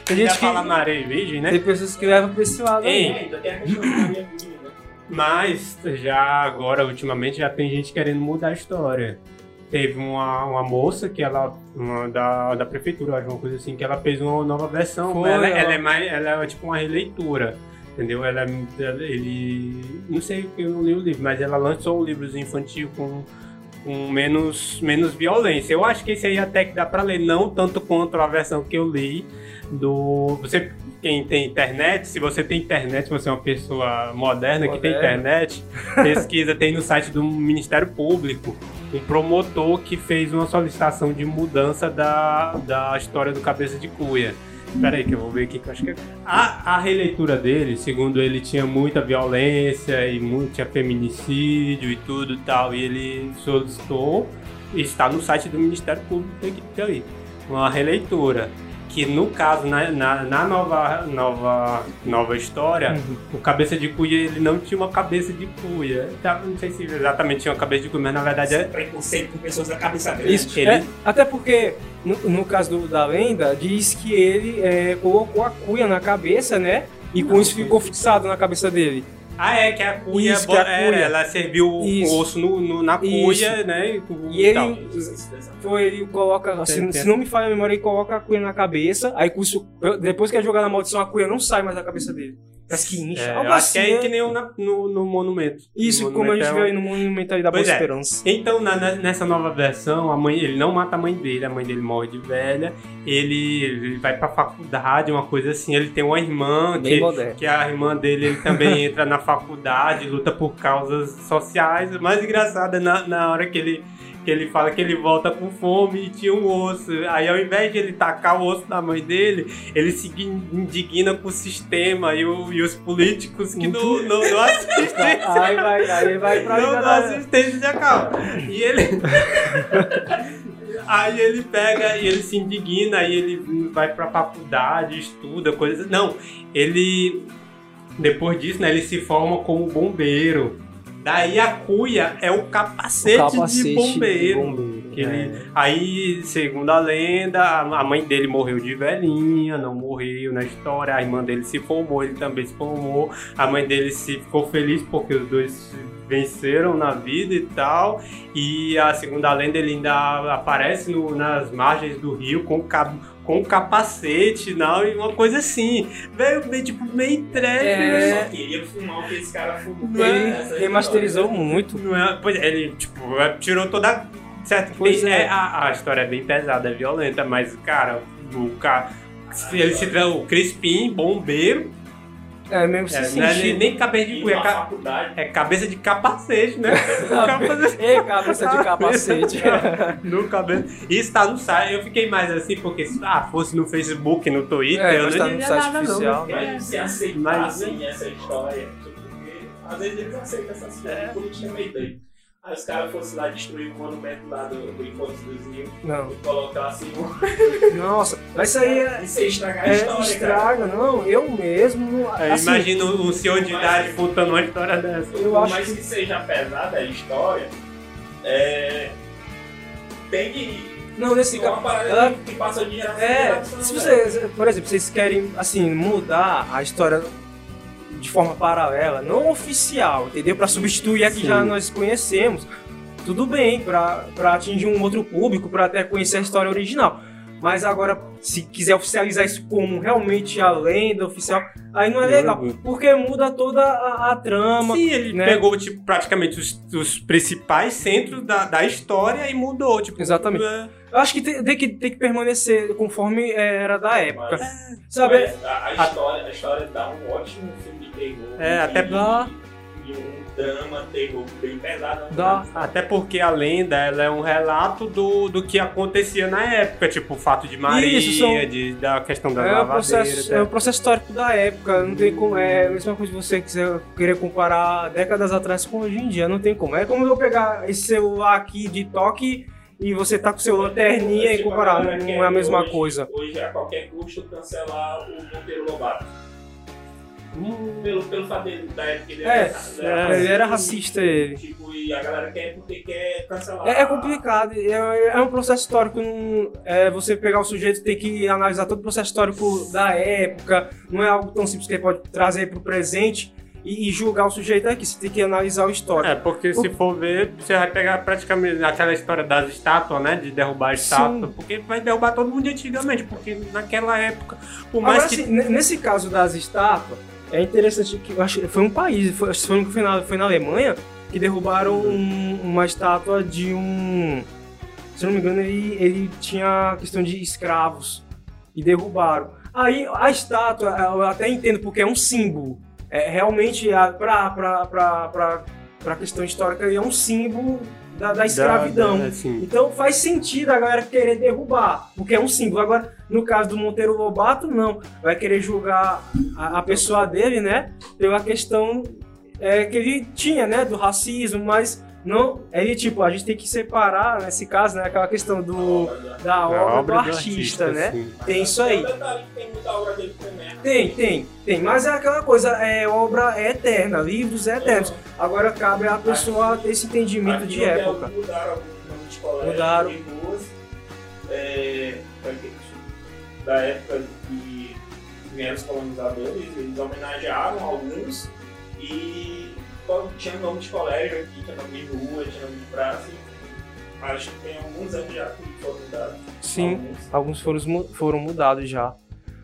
[SPEAKER 2] Tem
[SPEAKER 1] Já
[SPEAKER 2] gente
[SPEAKER 1] fala
[SPEAKER 2] que
[SPEAKER 1] na areia virgem, né?
[SPEAKER 2] tem pessoas que levam para esse lado.
[SPEAKER 1] Ei,
[SPEAKER 2] aí.
[SPEAKER 3] É, ainda tem a questão da minha menina, né?
[SPEAKER 1] Mas já agora, ultimamente, já tem gente querendo mudar a história. Teve uma, uma moça que ela. Uma da, da prefeitura, acho, uma coisa assim, que ela fez uma nova versão.
[SPEAKER 2] Foi,
[SPEAKER 1] ela,
[SPEAKER 2] ó.
[SPEAKER 1] ela é mais. Ela é tipo uma releitura. Entendeu? Ela, ela- ele. Não sei porque eu não li o livro, mas ela lançou um livrozinho infantil com, com menos, menos violência. Eu acho que esse aí até que dá pra ler, não tanto quanto a versão que eu li do. Você quem tem internet, se você tem internet, se você é uma pessoa moderna, que tem
[SPEAKER 2] Moderna.
[SPEAKER 1] internet, pesquisa, tem no site do Ministério Público um promotor que fez uma solicitação de mudança da, da história do Cabeça de Cuia. Peraí que eu vou ver aqui que eu acho que é. A, a releitura dele, segundo ele, tinha muita violência e muito, tinha feminicídio e tudo e tal. E ele solicitou, e está no site do Ministério Público tem que ter aí, uma releitura. Que no caso, na, na, na nova, nova, nova história,
[SPEAKER 2] Hum.
[SPEAKER 1] o cabeça de cuia ele não tinha uma cabeça de cuia. Tá, Não sei se exatamente tinha uma cabeça de cuia, mas na verdade é.
[SPEAKER 3] Preconceito com pessoas da cabeça grande.
[SPEAKER 2] Isso,
[SPEAKER 1] Ele-
[SPEAKER 2] é, até porque, no, no caso do- da lenda, diz que ele é, colocou a cuia na cabeça, né? E com isso ficou fixado na cabeça dele.
[SPEAKER 1] Ah, é, que a cuia,
[SPEAKER 2] Isso, que a
[SPEAKER 1] é,
[SPEAKER 2] cuia.
[SPEAKER 1] ela serviu o
[SPEAKER 2] Isso.
[SPEAKER 1] osso no, no- na cuia,
[SPEAKER 2] Isso.
[SPEAKER 1] né? o-
[SPEAKER 2] E ele-
[SPEAKER 1] tal.
[SPEAKER 2] Foi, Então, ele coloca, se,
[SPEAKER 1] Tem- tem-
[SPEAKER 2] se não me falha a memória, ele coloca a cuia na cabeça, aí com isso- depois que é jogada a maldição, a cuia não sai mais da cabeça dele. Parece que incha.
[SPEAKER 1] É,
[SPEAKER 2] algo
[SPEAKER 1] eu acho que é
[SPEAKER 2] assim,
[SPEAKER 1] que
[SPEAKER 2] né?
[SPEAKER 1] nem o na- no, no monumento.
[SPEAKER 2] Isso,
[SPEAKER 1] No
[SPEAKER 2] como a
[SPEAKER 1] monumento
[SPEAKER 2] gente
[SPEAKER 1] é
[SPEAKER 2] viu
[SPEAKER 1] um-
[SPEAKER 2] aí no monumento aí da
[SPEAKER 1] Pois
[SPEAKER 2] Boa
[SPEAKER 1] é.
[SPEAKER 2] Esperança.
[SPEAKER 1] Então, na- na- nessa nova versão, a mãe, ele não mata a mãe dele, a mãe dele morre de velha, ele, ele vai pra faculdade, uma coisa assim, ele tem uma irmã
[SPEAKER 2] Bem
[SPEAKER 1] que, [LAUGHS]
[SPEAKER 2] moderno.
[SPEAKER 1] que a irmã dele ele também entra na faculdade, luta por causas sociais. O mais engraçado é na, na hora que ele, que ele fala que ele volta com fome e tinha um osso. Aí ao invés de ele tacar o osso na mãe dele, ele se indigna com o sistema e, o- e os políticos que não, não, não assistem.
[SPEAKER 2] Então, Aí vai, aí vai pra
[SPEAKER 1] Não dá assistência de acaba. E ele. [LAUGHS] aí ele pega e ele se indigna, aí ele vai pra faculdade, estuda, coisas. Não, ele. Depois disso, né, ele se forma como bombeiro. Daí a cuia é o capacete, de bombeiro. né? Que ele- Aí, segundo a lenda, a a mãe dele morreu de velhinha, não morreu na história, a irmã dele se formou, ele também se formou, a mãe dele se ficou feliz porque os dois se venceram na vida e tal. E a segunda lenda ele ainda aparece no- nas margens do rio com cabo com capacete não, e uma coisa assim. Velho, meio, tipo, meio trash, né?
[SPEAKER 3] Eu só queria fumar o que esse cara fumou.
[SPEAKER 2] Ele É. remasterizou muito.
[SPEAKER 1] Não é, pois é, ele, tipo, é, tirou toda. Certo, que
[SPEAKER 2] Pois
[SPEAKER 1] tem-
[SPEAKER 2] é.
[SPEAKER 1] é, a, a história é bem pesada, é violenta, mas, cara, o cara. Ele se tra- o Crispim, bombeiro,
[SPEAKER 2] É mesmo
[SPEAKER 1] é,
[SPEAKER 2] sem
[SPEAKER 1] não é
[SPEAKER 2] sentido.
[SPEAKER 1] nem cabeça de
[SPEAKER 3] E
[SPEAKER 1] cuia, é,
[SPEAKER 3] na
[SPEAKER 1] ca-
[SPEAKER 3] faculdade,
[SPEAKER 1] é cabeça de capacete,
[SPEAKER 2] [LAUGHS]
[SPEAKER 1] né? Capacete.
[SPEAKER 2] Ei, cabeça de capacete.
[SPEAKER 1] no cabelo. E está no site. Eu fiquei mais assim, porque se ah, fosse no Facebook, no Twitter, né?
[SPEAKER 2] É,
[SPEAKER 1] eu
[SPEAKER 2] mas
[SPEAKER 1] não
[SPEAKER 2] tá no
[SPEAKER 1] diria
[SPEAKER 2] site
[SPEAKER 1] nada, não,
[SPEAKER 2] oficial,
[SPEAKER 1] mas-
[SPEAKER 3] mas se
[SPEAKER 2] né?
[SPEAKER 3] aceitassem essa história, tipo, porque às vezes eles aceitam essas coisas, é. política é meio doido. Aí os caras fossem lá destruir o monumento lá do, do Encontro dos Rios
[SPEAKER 2] Não.
[SPEAKER 3] e colocassem um.
[SPEAKER 2] Nossa, mas isso aí é,
[SPEAKER 3] Isso aí estragar a
[SPEAKER 2] é
[SPEAKER 3] história, cara.
[SPEAKER 2] estraga, não. Eu mesmo.
[SPEAKER 1] É,
[SPEAKER 2] assim,
[SPEAKER 1] imagina um senhor de idade contando uma história dessa.
[SPEAKER 2] Eu
[SPEAKER 3] Por
[SPEAKER 2] acho
[SPEAKER 3] mais que... seja pesada a história, é, tem que. é
[SPEAKER 2] Não, nesse
[SPEAKER 3] Uma
[SPEAKER 2] caso.
[SPEAKER 3] parada
[SPEAKER 2] ela-
[SPEAKER 3] que- que passa de geração em
[SPEAKER 2] É,
[SPEAKER 3] geração,
[SPEAKER 2] se
[SPEAKER 3] né?
[SPEAKER 2] vocês, por exemplo, vocês querem assim mudar a história de forma paralela, não oficial, entendeu? Pra substituir a que
[SPEAKER 1] Sim.
[SPEAKER 2] já nós conhecemos, tudo bem, pra pra atingir um outro público, pra até conhecer a história original. Mas agora, se quiser oficializar isso como realmente a lenda oficial, aí não é legal, porque muda toda a, a trama.
[SPEAKER 1] Sim, ele
[SPEAKER 2] né?
[SPEAKER 1] pegou tipo, praticamente os, os principais centros da, da história e mudou. Tipo,
[SPEAKER 2] Exatamente.
[SPEAKER 1] é,
[SPEAKER 2] Eu acho que tem, tem que tem que permanecer conforme era da época.
[SPEAKER 3] Mas-
[SPEAKER 2] Sabe?
[SPEAKER 3] Mas a, a história, a história dá um ótimo filme de terror. né?
[SPEAKER 1] É,
[SPEAKER 3] e-
[SPEAKER 1] até
[SPEAKER 2] dá.
[SPEAKER 3] E um drama terror bem pesado. né?
[SPEAKER 2] Dá.
[SPEAKER 1] até porque a lenda ela é um relato do, do que acontecia na época, tipo o fato de Maria,
[SPEAKER 2] Isso, são-
[SPEAKER 1] de, da questão da
[SPEAKER 2] É o
[SPEAKER 1] lavadeira.
[SPEAKER 2] processo,
[SPEAKER 1] tá?
[SPEAKER 2] é o processo histórico da época, não tem como. É a mesma coisa que você quiser querer comparar décadas atrás com hoje em dia, não tem como. É como eu pegar esse celular aqui de toque e você tá com seu lanterninha e
[SPEAKER 3] Tipo,
[SPEAKER 2] comparar,
[SPEAKER 3] agora
[SPEAKER 2] não
[SPEAKER 3] quer
[SPEAKER 2] é a mesma
[SPEAKER 3] hoje-
[SPEAKER 2] coisa.
[SPEAKER 3] Hoje, a qualquer custo, cancelar o Monteiro Lobato. Pelo, pelo fato dele, da época que ele
[SPEAKER 2] Hum. É,
[SPEAKER 3] era- né?
[SPEAKER 2] ele era racista, ele.
[SPEAKER 3] Tipo, e a galera quer porque quer cancelar.
[SPEAKER 2] É, é complicado, é, é um processo histórico. não- é, você pegar o sujeito tem que analisar todo o processo histórico da época, não é algo tão simples que ele pode trazer para o presente e, e julgar o sujeito aqui. Você tem que analisar o histórico.
[SPEAKER 1] É, porque se for ver, você vai pegar praticamente aquela história das estátuas, né? De derrubar a estátua. Porque vai derrubar todo mundo antigamente, porque naquela época, por mais
[SPEAKER 2] Agora,
[SPEAKER 1] que.
[SPEAKER 2] assim, ne- nesse caso das estátuas, É interessante que eu acho que foi um país, foi, acho que foi, na, foi na Alemanha, que derrubaram um- uma estátua de um. Se eu não me engano, ele, ele tinha questão de escravos. E derrubaram. Aí a estátua, eu até entendo, porque é um símbolo. É, realmente, a- pra, pra, pra, pra, pra questão histórica, ele é um símbolo da, da escravidão.
[SPEAKER 1] Da- da- assim,
[SPEAKER 2] Então faz sentido a galera querer derrubar, porque é um símbolo. Agora, no caso do Monteiro Lobato, não. Vai querer julgar a, a pessoa dele, né? Pela questão é, que ele tinha, né? Do racismo, mas não. É de, tipo, a gente tem que separar, nesse caso, né? Aquela questão do, da
[SPEAKER 1] a
[SPEAKER 2] obra,
[SPEAKER 1] é obra
[SPEAKER 2] do
[SPEAKER 1] do
[SPEAKER 2] artista, né?
[SPEAKER 1] assim.
[SPEAKER 2] Tem isso
[SPEAKER 3] Tem
[SPEAKER 2] aí.
[SPEAKER 3] né? um detalhe que tem muita obra dele que é merda.
[SPEAKER 2] Tem, tem, tem. Mas é aquela coisa, é obra é eterna, livros
[SPEAKER 3] É.
[SPEAKER 2] eternos. Agora cabe à pessoa ter esse entendimento
[SPEAKER 3] Aqui
[SPEAKER 2] de
[SPEAKER 3] no Belo
[SPEAKER 2] época.
[SPEAKER 3] Mudaram alguns nomes de colégios,
[SPEAKER 2] Mudaram.
[SPEAKER 3] de ruas, é, daqueles- da época que vieram os colonizadores, eles homenagearam alguns e quando tinha um nome de colégio aqui, tinha nome de rua, tinha nome de praça. Acho que tem alguns anos já que foram mudados.
[SPEAKER 2] Sim.
[SPEAKER 3] Alguns.
[SPEAKER 2] Alguns foram, mu- foram mudados já.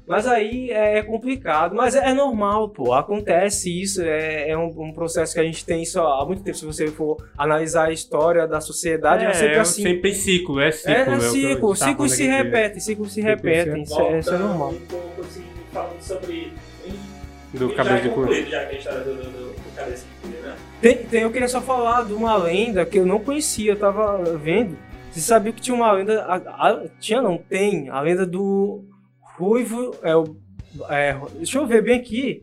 [SPEAKER 2] Mas aí é complicado, mas é normal, pô, acontece isso, é, é um, um processo que a gente tem só há muito tempo, se você for analisar a história da sociedade, é, sempre
[SPEAKER 1] é,
[SPEAKER 2] assim.
[SPEAKER 1] sempre em ciclo, é ciclo.
[SPEAKER 2] é,
[SPEAKER 1] o
[SPEAKER 2] é
[SPEAKER 1] que eu
[SPEAKER 2] ciclo,
[SPEAKER 1] tava
[SPEAKER 2] ciclos se
[SPEAKER 1] falando aqui.
[SPEAKER 2] repetem, ciclos
[SPEAKER 1] Ciclos
[SPEAKER 2] se
[SPEAKER 1] se
[SPEAKER 2] repetem, isso, é- isso é
[SPEAKER 3] Voltando
[SPEAKER 2] normal.
[SPEAKER 3] Um pouco assim, falando sobre.
[SPEAKER 1] Do
[SPEAKER 3] já
[SPEAKER 1] cabelo de cor.
[SPEAKER 3] concluído, já que a história do, do, do, do cabeça de coelho, né?
[SPEAKER 2] Tem, tem- eu queria só falar de uma lenda que eu não conhecia, eu tava vendo. Você sabia que tinha uma lenda. a- a- tinha não, tem. A lenda do Ruivo. É, o- é, deixa eu ver bem aqui,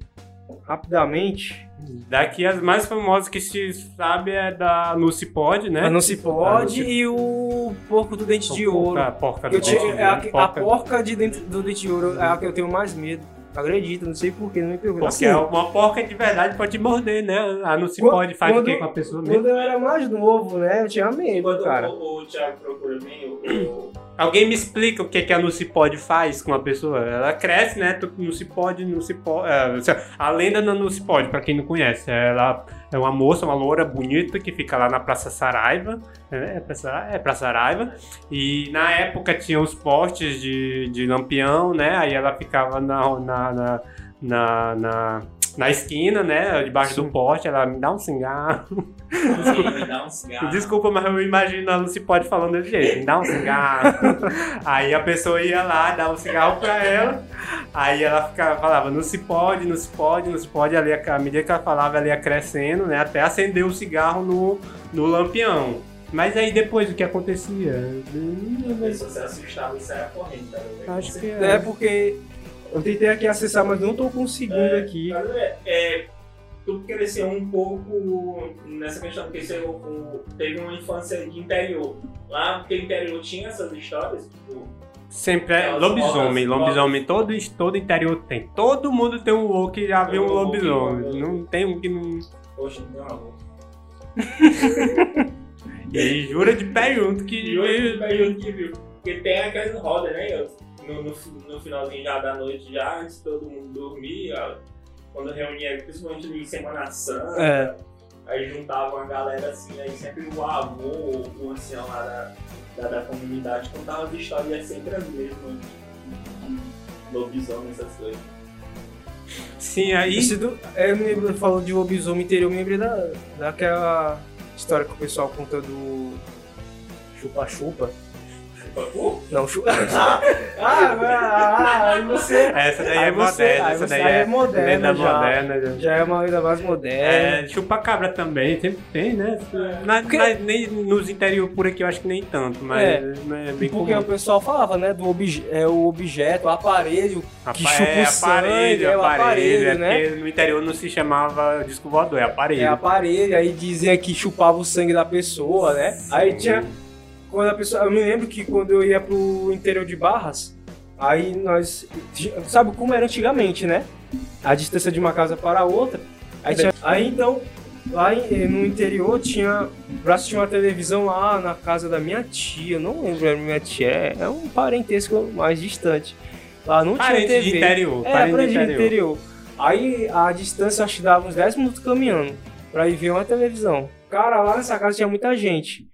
[SPEAKER 2] rapidamente.
[SPEAKER 1] Daqui as mais famosas que se sabe é da Lucy Pod, né?
[SPEAKER 2] Mas não se pode.
[SPEAKER 1] Ah, não se-
[SPEAKER 2] E o Porco do Dente de
[SPEAKER 1] A porca-
[SPEAKER 2] Ouro.
[SPEAKER 1] A porca do
[SPEAKER 2] Eu tinha-
[SPEAKER 1] dente de
[SPEAKER 2] é a,
[SPEAKER 1] ouro,
[SPEAKER 2] que- a
[SPEAKER 1] porca-
[SPEAKER 2] porca de dentro do Dente de Ouro é a que eu tenho mais medo. Acredito, não sei porquê, não me pergunto.
[SPEAKER 1] Porque é
[SPEAKER 2] Assim,
[SPEAKER 1] uma porca de verdade pode te morder, né? A não se
[SPEAKER 2] Quando-
[SPEAKER 1] pode faz o
[SPEAKER 2] quando-
[SPEAKER 1] quê com a pessoa mesmo.
[SPEAKER 2] quando eu era mais novo, né? Eu tinha
[SPEAKER 3] E
[SPEAKER 2] medo,
[SPEAKER 3] quando
[SPEAKER 2] cara.
[SPEAKER 3] o, o Thiago procura mim, eu, eu,
[SPEAKER 1] Alguém me explica o que, que a não se pode faz com a pessoa? Ela cresce, né? Tu- Não se pode, não se pode. é, assim, a lenda não, não se pode, pra quem não conhece. Ela é uma moça, uma loura bonita que fica lá na Praça Saraiva. né? É Praça, é Praça Saraiva. E na época tinha os postes de, de lampião, né? Aí ela ficava na. na, na, na, na na esquina, né? Debaixo do poste, ela me dá um cigarro.
[SPEAKER 3] eu me dá um cigarro.
[SPEAKER 1] Desculpa, mas eu imagino a Lucy pode falando desse jeito. Me dá um cigarro. aí a pessoa ia lá, dava um cigarro pra ela. Aí ela ficava, falava, não se pode, não se pode, não se pode. Ali, à medida que ela falava, ela ia crescendo, né? Até acender o cigarro no, no lampião. Mas aí depois o que acontecia?
[SPEAKER 3] A pessoa se assustava e saia correndo, tá vendo?
[SPEAKER 1] Acho que
[SPEAKER 2] É
[SPEAKER 1] é.
[SPEAKER 2] porque eu tentei aqui acessar, mas não tô conseguindo
[SPEAKER 3] É,
[SPEAKER 2] aqui.
[SPEAKER 3] Mas é, é, tu cresceu um pouco nessa questão, porque você o- o- teve uma infância de interior. Lá, porque interior tinha essas histórias, tipo,
[SPEAKER 1] Sempre é
[SPEAKER 3] Elas
[SPEAKER 1] lobisomem,
[SPEAKER 3] moram-
[SPEAKER 1] lobisomem, todo, todo interior tem. Todo mundo tem um louco que já viu um
[SPEAKER 3] Todo mundo tem um
[SPEAKER 1] lobisomem.
[SPEAKER 3] louco.
[SPEAKER 1] Não tem um que não.
[SPEAKER 3] poxa, não tem uma boca.
[SPEAKER 1] E jura de pé junto que.
[SPEAKER 3] E hoje o Brasil que viu. Porque tem aquelas rodas, né? eu- No, no, fi- no finalzinho já da noite, já antes de todo mundo dormir, ó, quando reunia, principalmente em Semana Santa,
[SPEAKER 2] É.
[SPEAKER 3] aí juntava uma galera assim, aí sempre o avô, o ancião lá da, da, da comunidade contava as histórias sempre as mesmas. de Lobisomem, essas coisas.
[SPEAKER 1] Sim, aí.
[SPEAKER 2] Esse do- é, eu me lembro, falou de lobisomem interior, eu me lembrei da, daquela história que o pessoal conta do chupa-chupa.
[SPEAKER 3] Tipo, Pô,
[SPEAKER 1] [LAUGHS]
[SPEAKER 2] Não, chupa. [LAUGHS] ah, ah, ah, aí você.
[SPEAKER 1] Essa daí
[SPEAKER 2] aí
[SPEAKER 1] é
[SPEAKER 2] você-
[SPEAKER 1] moderna,
[SPEAKER 2] aí
[SPEAKER 1] essa
[SPEAKER 2] você-
[SPEAKER 1] daí
[SPEAKER 2] aí
[SPEAKER 1] é,
[SPEAKER 2] moderna.
[SPEAKER 1] lenda
[SPEAKER 2] já.
[SPEAKER 1] moderna. já.
[SPEAKER 2] Já é uma lenda mais moderna.
[SPEAKER 1] É, chupa-cabra também, sempre tem, né? Na-
[SPEAKER 2] Porque-
[SPEAKER 1] na- nem nos interior por aqui eu acho que nem tanto, mas
[SPEAKER 2] É.
[SPEAKER 1] né, é bem
[SPEAKER 2] Porque o
[SPEAKER 1] comum.
[SPEAKER 2] pessoal falava, né, do obje é, o objeto, o aparelho, que
[SPEAKER 1] Apa-
[SPEAKER 2] chupa o
[SPEAKER 1] é
[SPEAKER 2] sangue,
[SPEAKER 1] aparelho,
[SPEAKER 2] é o
[SPEAKER 1] aparelho, é
[SPEAKER 2] aparelho, né?
[SPEAKER 1] porque no interior não se chamava disco voador, é aparelho.
[SPEAKER 2] É aparelho, aí dizia que chupava o sangue da pessoa, né? Aí tinha. Quando a pessoa. Eu me lembro que quando eu ia pro interior de Barras, aí nós. Sabe como era antigamente, né? A distância de uma casa para a outra. Aí, tinha- aí, então, lá em- no interior tinha. Pra assistir uma televisão lá na casa da minha tia, não lembro, era minha tia, é- é um parentesco mais distante. Lá não tinha
[SPEAKER 1] Parente de
[SPEAKER 2] TV.
[SPEAKER 1] interior,
[SPEAKER 2] É,
[SPEAKER 1] parente de
[SPEAKER 2] pra gente
[SPEAKER 1] interior.
[SPEAKER 2] interior. Aí a distância acho que dava uns 10 minutos caminhando pra ir ver uma televisão. Cara, lá nessa casa tinha muita gente.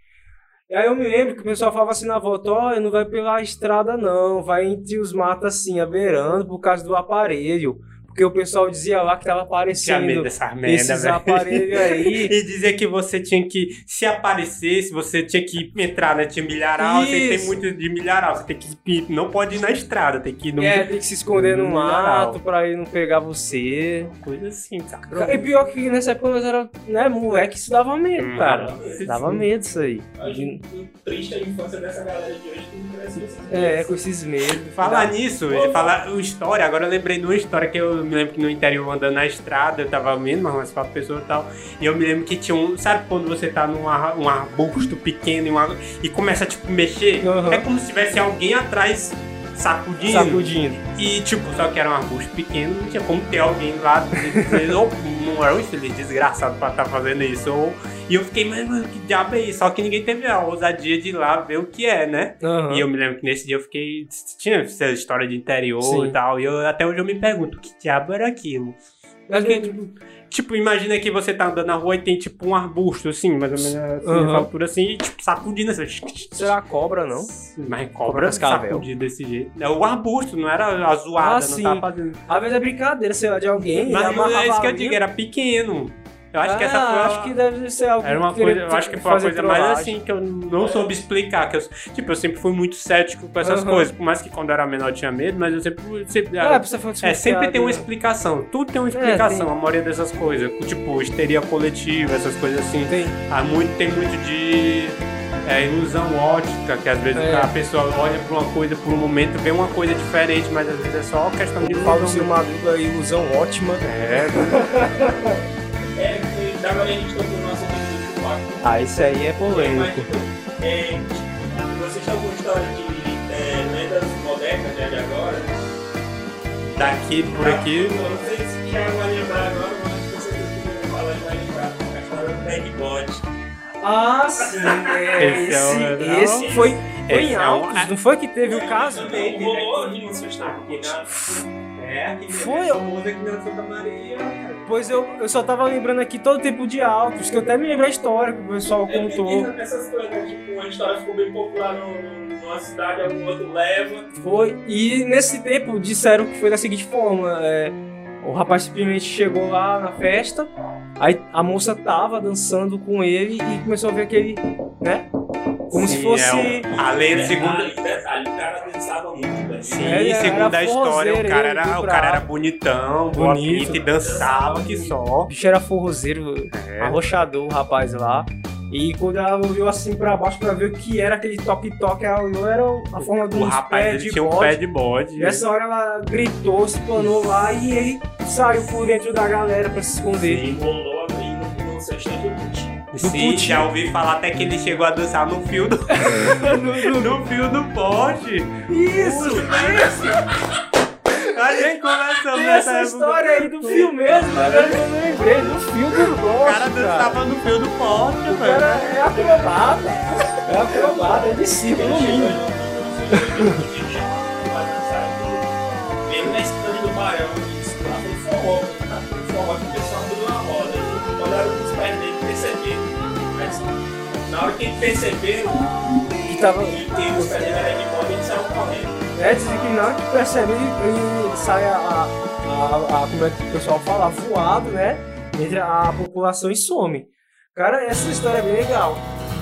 [SPEAKER 2] E aí eu me lembro que o pessoal falava assim na volta, olha, não vai pela estrada não, vai entre os matos assim, abeirando por causa do aparelho. Por Porque o pessoal dizia lá que tava
[SPEAKER 1] Que a merda,
[SPEAKER 2] aparecendo
[SPEAKER 1] essas merda,
[SPEAKER 2] esses
[SPEAKER 1] velho.
[SPEAKER 2] aparelhos
[SPEAKER 1] [LAUGHS]
[SPEAKER 2] aí.
[SPEAKER 1] E dizer que você tinha que, se aparecesse, você tinha que entrar, né? Tinha milharal, você tem
[SPEAKER 2] Isso.
[SPEAKER 1] muito de milharal, você tem que ir- não pode ir na estrada, tem que ir num
[SPEAKER 2] É, tem que se esconder no
[SPEAKER 1] Não,
[SPEAKER 2] mato
[SPEAKER 1] não.
[SPEAKER 2] pra ele não pegar você.
[SPEAKER 1] coisa assim, saca?
[SPEAKER 2] E pior que nessa época nós era, né, moleque, isso dava
[SPEAKER 1] Hum,
[SPEAKER 2] medo, cara. Dava medo isso aí.
[SPEAKER 3] Acho que triste a infância dessa galera de hoje que não cresce assim.
[SPEAKER 2] É, com esses medos.
[SPEAKER 1] Falar nisso, ele falar uma história, agora eu lembrei de uma história que eu me lembro que no interior andando na estrada, eu tava vendo mais umas quatro pessoas e tal, e eu me lembro que tinha um. Sabe quando você tá num ar- um arbusto pequeno e, um ar- e começa tipo mexer?
[SPEAKER 2] Aham.
[SPEAKER 1] É como se tivesse alguém atrás sacudindo.
[SPEAKER 2] Sacudindo.
[SPEAKER 1] E tipo, só que era um arbusto pequeno, não tinha como ter alguém lá dizendo, ou não era um infeliz desgraçado pra estar fazendo isso. Ou... E eu fiquei, mas, mano, que diabo é isso? Só que ninguém teve a ousadia de ir lá ver o que é, né?
[SPEAKER 2] Aham.
[SPEAKER 1] E eu me lembro que nesse dia eu fiquei. Tinha essa história de interior
[SPEAKER 2] Sim.
[SPEAKER 1] e tal. E eu, até hoje eu me pergunto, que diabo era aquilo?
[SPEAKER 2] Mas,
[SPEAKER 1] Porque, tipo, tipo, imagina que você tá andando na rua e tem tipo um arbusto, assim, mais ou menos assim,
[SPEAKER 2] Aham. É.
[SPEAKER 1] nessa altura assim, e tipo, sacudindo assim.
[SPEAKER 2] Será cobra, não?
[SPEAKER 1] Mas
[SPEAKER 2] Cobra
[SPEAKER 1] cobra
[SPEAKER 2] cascavel.
[SPEAKER 1] sacudida desse jeito. É o arbusto, não era a zoada,
[SPEAKER 2] Ah,
[SPEAKER 1] não
[SPEAKER 2] sim.
[SPEAKER 1] tava fazendo.
[SPEAKER 2] Às vezes é brincadeira, sei lá, de alguém.
[SPEAKER 1] Mas não é isso que eu digo,
[SPEAKER 2] digo.
[SPEAKER 1] era pequeno. Eu acho que essa
[SPEAKER 2] Ah,
[SPEAKER 1] foi. a-
[SPEAKER 2] acho que deve ser algo
[SPEAKER 1] Era uma
[SPEAKER 2] que Ah, queria
[SPEAKER 1] coisa, eu acho que foi uma
[SPEAKER 2] fazer
[SPEAKER 1] coisa mais
[SPEAKER 2] trollagem.
[SPEAKER 1] assim que eu não soube explicar. Que eu, tipo, eu sempre fui muito cético com essas
[SPEAKER 2] Aham.
[SPEAKER 1] coisas. Por mais que quando eu era menor eu tinha medo, mas eu sempre. sempre
[SPEAKER 2] Ah,
[SPEAKER 1] era-
[SPEAKER 2] precisa falar de
[SPEAKER 1] é, sempre tem uma
[SPEAKER 2] desconfiado,
[SPEAKER 1] explicação. Tudo tem uma
[SPEAKER 2] né? É, tem.
[SPEAKER 1] explicação, a maioria dessas coisas. Tipo, histeria coletiva, essas coisas assim.
[SPEAKER 2] né? Tem.
[SPEAKER 1] Há muito, tem muito de é, ilusão ótica, que às vezes
[SPEAKER 2] É.
[SPEAKER 1] a pessoa olha pra uma coisa por um momento, vê uma coisa diferente, mas às vezes é só questão de
[SPEAKER 2] Ele fala assim,
[SPEAKER 1] falar.
[SPEAKER 2] do seu Madruga ilusão ótima.
[SPEAKER 1] É,
[SPEAKER 3] É, que da galera a gente tocou no nosso amigo do Chewbacca.
[SPEAKER 2] Ah, isso aí é
[SPEAKER 3] Mas, tipo, é, tipo, vocês estão com história de é, lendas modernas né, de agora?
[SPEAKER 1] daqui por aqui.
[SPEAKER 3] Eu não sei se o Thiago vai lembrar agora, mas com certeza que o Thiago vai vai lembrar. A história do Peg Bot.
[SPEAKER 2] Ah, sim. é,
[SPEAKER 1] Esse é o-
[SPEAKER 2] esse, esse foi, foi
[SPEAKER 1] Esse
[SPEAKER 2] em
[SPEAKER 1] é um-
[SPEAKER 2] altos, não foi que teve o caso
[SPEAKER 3] Também
[SPEAKER 2] dele?
[SPEAKER 3] rolou aqui no seu estado. aqui na- É, aqui
[SPEAKER 2] Foi?
[SPEAKER 1] Famosa aqui na Santa Maria.
[SPEAKER 2] Pois eu, eu só tava lembrando aqui todo tempo de altos, que eu até me lembrei a história que o pessoal
[SPEAKER 3] É,
[SPEAKER 2] contou.
[SPEAKER 3] tem Essas coisas, né? tipo, uma história ficou bem popular no- no- numa cidade, algum outro leva.
[SPEAKER 2] é, Foi. E nesse tempo disseram que foi da seguinte forma: é, o rapaz simplesmente chegou lá na festa, aí a moça tava dançando com ele e começou a ver aquele, né? Como se
[SPEAKER 1] Sim,
[SPEAKER 2] fosse.
[SPEAKER 1] é um- A lenda, segundo,
[SPEAKER 3] Detalhe, detalhe, o cara dançava muito, né? velho.
[SPEAKER 1] Sim,
[SPEAKER 2] Ele é, era
[SPEAKER 1] segundo a história, o
[SPEAKER 2] forrozeiro,
[SPEAKER 1] cara
[SPEAKER 2] ele
[SPEAKER 1] era,
[SPEAKER 2] bravo.
[SPEAKER 1] o cara era bonitão,
[SPEAKER 2] Bonito.
[SPEAKER 1] bonito, e dançava que
[SPEAKER 2] O
[SPEAKER 1] só.
[SPEAKER 2] bicho era forrozeiro,
[SPEAKER 1] É.
[SPEAKER 2] arrochador, o rapaz lá. E quando ela olhou assim pra baixo pra ver o que era aquele toque-toque, ela olhou, era a forma de
[SPEAKER 1] O
[SPEAKER 2] um pé
[SPEAKER 1] rapaz
[SPEAKER 2] de
[SPEAKER 1] ele tinha um
[SPEAKER 2] bode.
[SPEAKER 1] pé de bode.
[SPEAKER 2] Nessa hora ela gritou, se planou lá e ele saiu por dentro da galera pra se esconder.
[SPEAKER 3] Ele rolou abrindo no seu estado de
[SPEAKER 1] Sim,
[SPEAKER 2] Putin.
[SPEAKER 1] já ouvi falar até que ele chegou a dançar no fio do,
[SPEAKER 2] [LAUGHS]
[SPEAKER 1] [LAUGHS] no fio do poste.
[SPEAKER 2] Isso!
[SPEAKER 1] A gente conversando
[SPEAKER 2] Tem
[SPEAKER 1] nessa
[SPEAKER 2] essa
[SPEAKER 1] época.
[SPEAKER 2] história aí do fio mesmo, né? agora que eu não lembrei, do fio
[SPEAKER 1] O
[SPEAKER 2] do Lost,
[SPEAKER 1] cara tá dançava no fio do poste,
[SPEAKER 2] O
[SPEAKER 1] velho.
[SPEAKER 2] cara é acrobata, é acrobata, é de cima, no mínimo.
[SPEAKER 3] Mesmo na esquina do Barão, isso lá foi forró, tá? Foi forró que o pessoal deu uma roda. E olharam os pais dele perceberam. Mas na hora que ele perceberam,
[SPEAKER 2] Que tava,
[SPEAKER 3] que que os pais dele eram de bola, eles saíram correndo.
[SPEAKER 2] é, dizem que na hora que percebe, ele, ele sai a, a, a- a- como é que o pessoal fala, voado, né, entre a população e some. Cara, essa história é bem legal.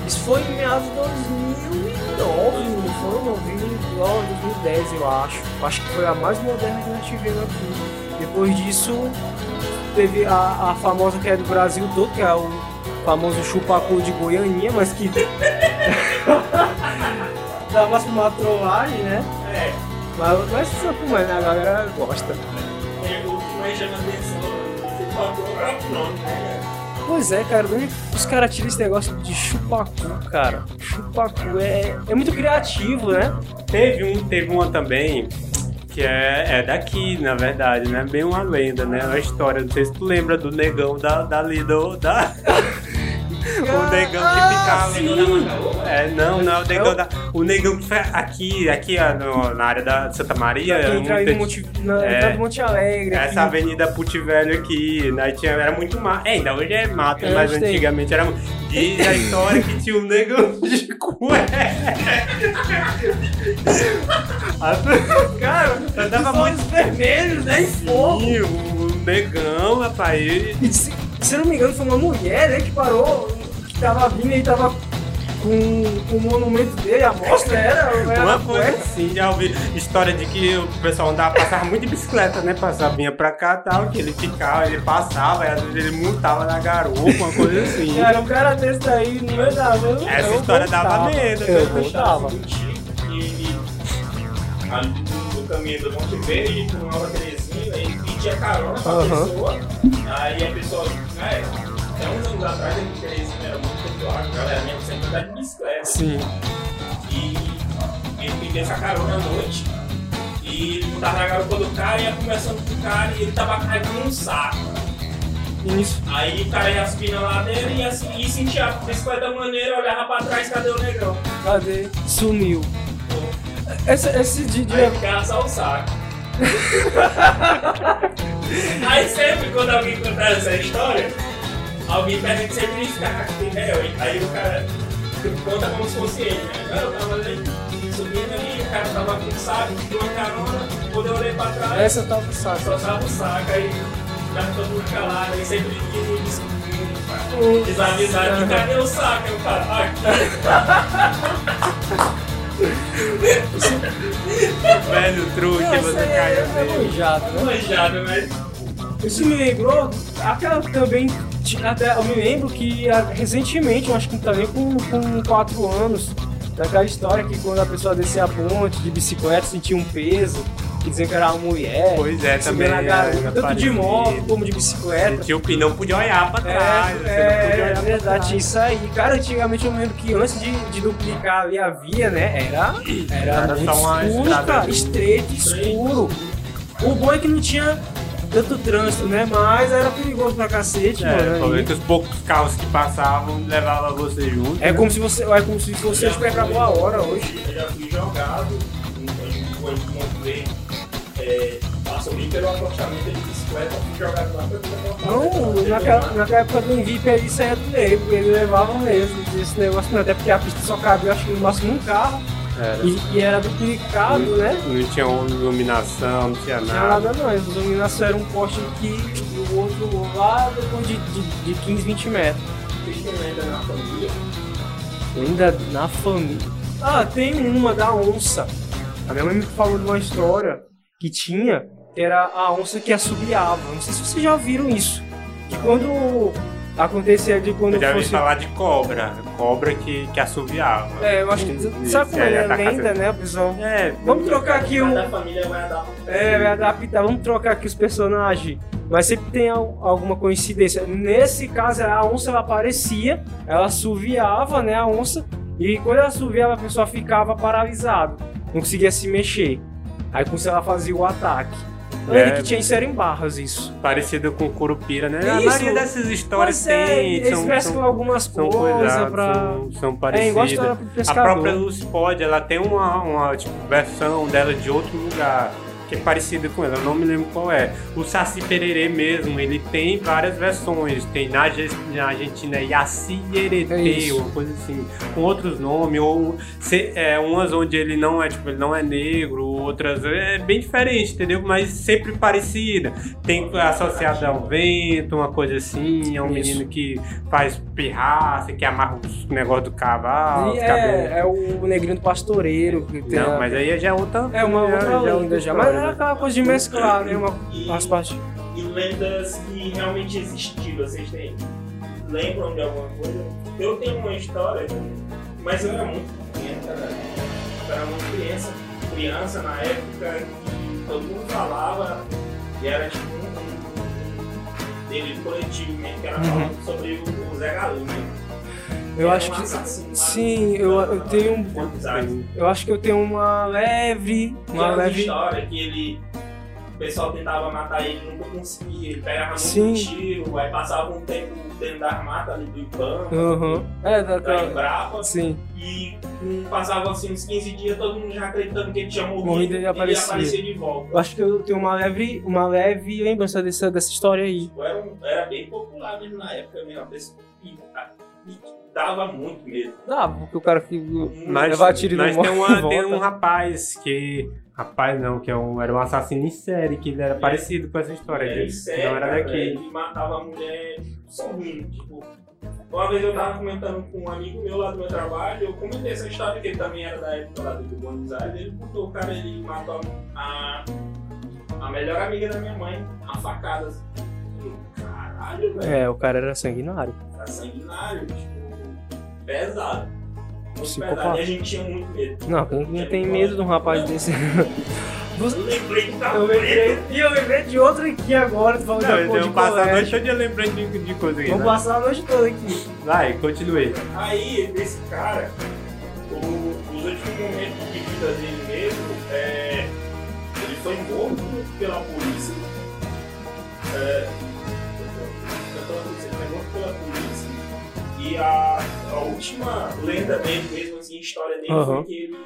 [SPEAKER 2] Isso foi em meados de 2009, não foi? 2009, 2010, eu acho. Acho que foi a mais moderna que nós tivemos aqui. Depois disso, teve a, a famosa que é do Brasil todo, que é o famoso chupacu de Goianinha, mas que... [LAUGHS] Dava uma trollagem, né?
[SPEAKER 3] É,
[SPEAKER 2] Mas, mas precisa comer, né? A galera gosta.
[SPEAKER 3] é o que mais chama atenção. Você pagou o próprio nome, né?
[SPEAKER 2] Pois é, cara, de onde os caras tiram esse negócio de chupacu, cara? Chupacu é, é muito criativo, né?
[SPEAKER 1] Teve, um, teve uma também que é, é daqui, na verdade, né? Bem uma lenda, né? Uma história. Não sei se tu lembra do negão da, da Lidl, da, [LAUGHS] O negão que
[SPEAKER 2] Ah,
[SPEAKER 1] ficava.
[SPEAKER 3] Negão da Mangaoba?
[SPEAKER 1] É, não, não, é o negão da. O negão que foi aqui, aqui ó, no- na área da Santa Maria.
[SPEAKER 2] Aqui
[SPEAKER 1] muito-
[SPEAKER 2] entrar em Monte, na,
[SPEAKER 1] É.
[SPEAKER 2] entrar em Monte Alegre. aqui.
[SPEAKER 1] Essa avenida Puti Velho aqui, né, tinha, era muito mato. É, ainda hoje é mato,
[SPEAKER 2] Eu
[SPEAKER 1] mas
[SPEAKER 2] gostei.
[SPEAKER 1] antigamente era. mu- Diz a história que tinha um negão de cueca. A- [LAUGHS] Cara, eu tava muito
[SPEAKER 2] vermelhos, né?
[SPEAKER 1] Sim, um negão, rapaz. ele-
[SPEAKER 2] E se, se eu não me engano, foi uma mulher, né, que parou, que tava vindo e tava com o monumento dele, a mostra era, era
[SPEAKER 1] Uma coisa
[SPEAKER 2] cueca.
[SPEAKER 1] assim, já ouvi história de que o pessoal andava, passava muito de bicicleta, né? Passava, vinha pra cá e tal, que ele ficava, ele passava, e às vezes ele montava na garupa, uma coisa assim.
[SPEAKER 2] Cara, um cara desse daí não me dava. eu-
[SPEAKER 1] Essa
[SPEAKER 2] eu
[SPEAKER 1] história dava
[SPEAKER 2] gostava.
[SPEAKER 1] medo,
[SPEAKER 2] Eu
[SPEAKER 1] né?
[SPEAKER 2] gostava.
[SPEAKER 3] Do tipo que ele, ali do, do caminho do Monte Verde, ele com Nova Teresina, ele pedia carona pra
[SPEAKER 2] Aham.
[SPEAKER 3] pessoa. Aí a pessoa, né, até uns anos atrás, aqui em Teresina era muito popular, a galera mesmo sempre andava de bicicleta.
[SPEAKER 2] Sim.
[SPEAKER 3] E ele pedia essa carona à noite. E ele tava na garupa do cara, e ia conversando com o cara, e ele tava carregando um saco.
[SPEAKER 2] Isso.
[SPEAKER 3] Aí o cara ia subindo a ladeira e, ia, e sentia a bicicleta maneira, olhava pra trás, cadê o negão?
[SPEAKER 2] Cadê? Sumiu. Esse, esse é dia.
[SPEAKER 3] Aí ficava só o saco. Aí sempre quando alguém contar essa história, alguém pergunta sempre um isso, cara, que tem mel, hein? Aí o cara conta como se fosse ele, né? Não, eu tava ali, subindo ali, o cara tava com o saco, pediu uma carona, quando eu olhei pra trás,
[SPEAKER 2] Essa tá eu tava com saco.
[SPEAKER 3] só tava o saco, aí tava todo mundo calado, aí sempre ele descobriu. Desavisado, cadê o saco? Eu falo, "Ah, aqui.
[SPEAKER 1] Velho truque, você
[SPEAKER 2] é.
[SPEAKER 1] caiu nele.
[SPEAKER 2] manjado, né?
[SPEAKER 3] Manjado, né?
[SPEAKER 2] Isso me lembrou, aquela também, ti- até eu me lembro que ah, recentemente, eu acho que também com, com 4 anos, daquela história que quando a pessoa descia a ponte de bicicleta sentia um peso, que diziam que era uma mulher.
[SPEAKER 1] Pois é, também.
[SPEAKER 2] subia na
[SPEAKER 1] é,
[SPEAKER 2] garupa,
[SPEAKER 1] é
[SPEAKER 2] tanto de
[SPEAKER 1] parecido.
[SPEAKER 2] moto como de bicicleta.
[SPEAKER 1] Tinha o pinão, podia olhar pra
[SPEAKER 2] É,
[SPEAKER 1] trás. você não
[SPEAKER 2] é,
[SPEAKER 1] podia olhar
[SPEAKER 2] é
[SPEAKER 1] pra
[SPEAKER 2] verdade,
[SPEAKER 1] trás.
[SPEAKER 2] tinha isso aí. Cara, antigamente eu me lembro que antes de, de duplicar ali a via, né, era, era,
[SPEAKER 1] Era
[SPEAKER 2] muito
[SPEAKER 1] só uma
[SPEAKER 2] escuro,
[SPEAKER 1] estrada
[SPEAKER 2] cara,
[SPEAKER 1] de-
[SPEAKER 2] estreito, escuro. O bom é que não tinha tanto trânsito, né, mas era perigoso pra cacete,
[SPEAKER 1] É, o
[SPEAKER 2] mano.
[SPEAKER 1] problema é
[SPEAKER 2] aí.
[SPEAKER 1] que os poucos carros que passavam levavam você junto.
[SPEAKER 2] É como se você, é como se você estivesse pra boa hora hoje.
[SPEAKER 3] Eu já fui jogado então, quando encontrei. É, passou bem pelo acostamento de bicicleta, fui jogado lá pelo
[SPEAKER 2] Não, naquela, naquela época do Invip aí saia do meio, porque eles levavam mesmo esse negócio, não, até porque a pista só cabia, acho que no máximo um carro,
[SPEAKER 1] Era.
[SPEAKER 2] e, e era duplicado, né?
[SPEAKER 1] Não tinha iluminação, não tinha
[SPEAKER 2] Não tinha
[SPEAKER 1] nada.
[SPEAKER 2] nada não, a iluminação era um poste aqui e o outro lá depois de, de, de 15, 20 metros.
[SPEAKER 3] Principalmente na família.
[SPEAKER 2] Ainda na família. Ah, tem uma da onça. A minha mãe me falou de uma história que tinha, que era a onça que assobiava. Não sei se vocês já viram isso. Que quando acontecia de quando
[SPEAKER 1] Eu já ouvi
[SPEAKER 2] fosse.
[SPEAKER 1] falar de cobra. Cobra que, que assoviava.
[SPEAKER 2] É, eu acho que.
[SPEAKER 1] Isso,
[SPEAKER 2] Sabe como
[SPEAKER 1] é,
[SPEAKER 2] é
[SPEAKER 1] tá
[SPEAKER 2] a lenda, né, pessoal?
[SPEAKER 1] É,
[SPEAKER 2] Vamos trocar aqui
[SPEAKER 3] Cada
[SPEAKER 2] um.
[SPEAKER 3] família vai dar um
[SPEAKER 2] É, vai adaptar, vamos trocar aqui os personagens. Mas sempre tem al- alguma coincidência. Nesse caso, a onça ela aparecia, ela assoviava, né, a onça, e quando ela assoviava, a pessoa ficava paralisada, não conseguia se mexer. Aí quando ela fazia o ataque. Eu lembro
[SPEAKER 1] É.
[SPEAKER 2] que tinha isso era em barras isso.
[SPEAKER 1] parecido com Curupira, né? A
[SPEAKER 2] Isso.
[SPEAKER 1] maioria dessas histórias
[SPEAKER 2] Mas é,
[SPEAKER 1] tem.
[SPEAKER 2] eles
[SPEAKER 1] Então, São,
[SPEAKER 2] mesclam
[SPEAKER 1] são,
[SPEAKER 2] algumas
[SPEAKER 1] são
[SPEAKER 2] coisas
[SPEAKER 1] coisados,
[SPEAKER 2] é pra.
[SPEAKER 1] são, são
[SPEAKER 2] É, igual a
[SPEAKER 1] parecidas.
[SPEAKER 2] história pro
[SPEAKER 1] A
[SPEAKER 2] pescador.
[SPEAKER 1] própria Lucy Pod, ela tem uma, uma tipo, versão dela de outro lugar, que é parecida com ela, eu não me lembro qual é. O Saci Pererê mesmo, ele tem várias versões, tem na, Arge- na Argentina Yaci
[SPEAKER 2] É
[SPEAKER 1] Eretê,
[SPEAKER 2] isso.
[SPEAKER 1] ou coisa assim, com outros nomes, ou se- é, umas onde ele não é, tipo, ele não é negro, outras é bem diferente, entendeu? Mas sempre parecida. Tem associada ao vento, uma coisa assim, é um
[SPEAKER 2] Isso.
[SPEAKER 1] menino que faz pirraça, que amarra os negócio do cavalo,
[SPEAKER 2] E
[SPEAKER 1] os cabelos.
[SPEAKER 2] é, é o negrinho do pastoreiro. Que tem
[SPEAKER 1] Não,
[SPEAKER 2] a-
[SPEAKER 1] mas aí já é outra.
[SPEAKER 2] É uma
[SPEAKER 1] já-
[SPEAKER 2] outra
[SPEAKER 1] já é
[SPEAKER 2] lenda já. Mas
[SPEAKER 1] história,
[SPEAKER 2] era
[SPEAKER 1] né?
[SPEAKER 2] aquela coisa de mesclar, né? Uma, as partes.
[SPEAKER 3] E lendas que realmente existiram, vocês têm. Lembram de alguma coisa? Eu tenho uma história, mas eu era muito pequeno, cara. Eu era muito criança, criança na época que todo mundo falava e era tipo um delírio coletivo mesmo, que era falando sobre o, o Zé né? Galinha.
[SPEAKER 2] Uhum. Eu
[SPEAKER 1] É
[SPEAKER 2] acho
[SPEAKER 3] um
[SPEAKER 2] que. Sim, eu, eu tenho. um Eu acho que eu tenho uma leve. Uma
[SPEAKER 1] é
[SPEAKER 3] Uma
[SPEAKER 2] leve.
[SPEAKER 3] história que ele. O pessoal tentava matar ele, nunca conseguia. Ele pegava muito
[SPEAKER 2] Sim.
[SPEAKER 3] tiro, aí passava um tempo dentro da armada ali do Ibama,
[SPEAKER 2] Uhum. É,
[SPEAKER 3] da
[SPEAKER 2] da, da,
[SPEAKER 3] Embrapa,
[SPEAKER 2] sim.
[SPEAKER 3] e um, passava assim uns 15 dias, todo mundo já acreditando que ele tinha morrido,
[SPEAKER 2] Morrido, ele
[SPEAKER 3] e
[SPEAKER 2] aparecia.
[SPEAKER 3] de volta.
[SPEAKER 2] Eu acho que eu tenho uma leve, uma leve lembrança dessa, dessa história aí.
[SPEAKER 3] Tipo, Era, um- era bem popular mesmo na época, mesmo, a pessoa, e, a- e dava muito medo.
[SPEAKER 2] Ah, porque o cara que
[SPEAKER 1] Mas,
[SPEAKER 2] levar tiro e não
[SPEAKER 1] mas né? tem,
[SPEAKER 2] morre,
[SPEAKER 1] uma-
[SPEAKER 2] volta.
[SPEAKER 1] tem um rapaz que. Rapaz não, que é um, era um assassino em série, que ele era
[SPEAKER 3] É.
[SPEAKER 1] parecido com essa história.
[SPEAKER 3] Era
[SPEAKER 1] que
[SPEAKER 3] inseto,
[SPEAKER 1] não era
[SPEAKER 3] É, cara, é,
[SPEAKER 1] daqui.
[SPEAKER 3] Ele matava a mulher sorrindo, tipo... Uma vez eu tava comentando com um amigo meu lá do meu trabalho, eu comentei essa história, que ele também era da época lá do Buenos Aires, ele botou o cara, ele matou a, a melhor amiga da minha mãe, a facadas. Eu, Caralho, velho,
[SPEAKER 2] É, o cara era sanguinário.
[SPEAKER 1] É.
[SPEAKER 3] tá sanguinário, tipo, pesado. Muito pesado,
[SPEAKER 2] Psicopata.
[SPEAKER 3] e a gente tinha muito medo.
[SPEAKER 2] Não, quem não tem medo de um rapaz desse?
[SPEAKER 1] [LAUGHS]
[SPEAKER 3] Eu lembrei que tava
[SPEAKER 2] Eu lembrei,
[SPEAKER 3] preso.
[SPEAKER 2] e eu lembrei de outro aqui agora, tu falando
[SPEAKER 1] Não,
[SPEAKER 2] de,
[SPEAKER 1] eu
[SPEAKER 2] pô, de
[SPEAKER 1] tenho passado a
[SPEAKER 2] colégio.
[SPEAKER 1] noite toda lembrando de, de coisa aí.
[SPEAKER 2] Vamos
[SPEAKER 1] né?
[SPEAKER 2] passar a noite toda aqui.
[SPEAKER 1] Vai, continue.
[SPEAKER 3] Aí, esse cara, o- os últimos momentos de vida dele mesmo, é, ele foi morto pela polícia. É, eu tô- eu tô dizendo, ele foi morto pela polícia. E a, a última lenda dele mesmo, assim, história dele
[SPEAKER 2] Aham.
[SPEAKER 3] foi que ele,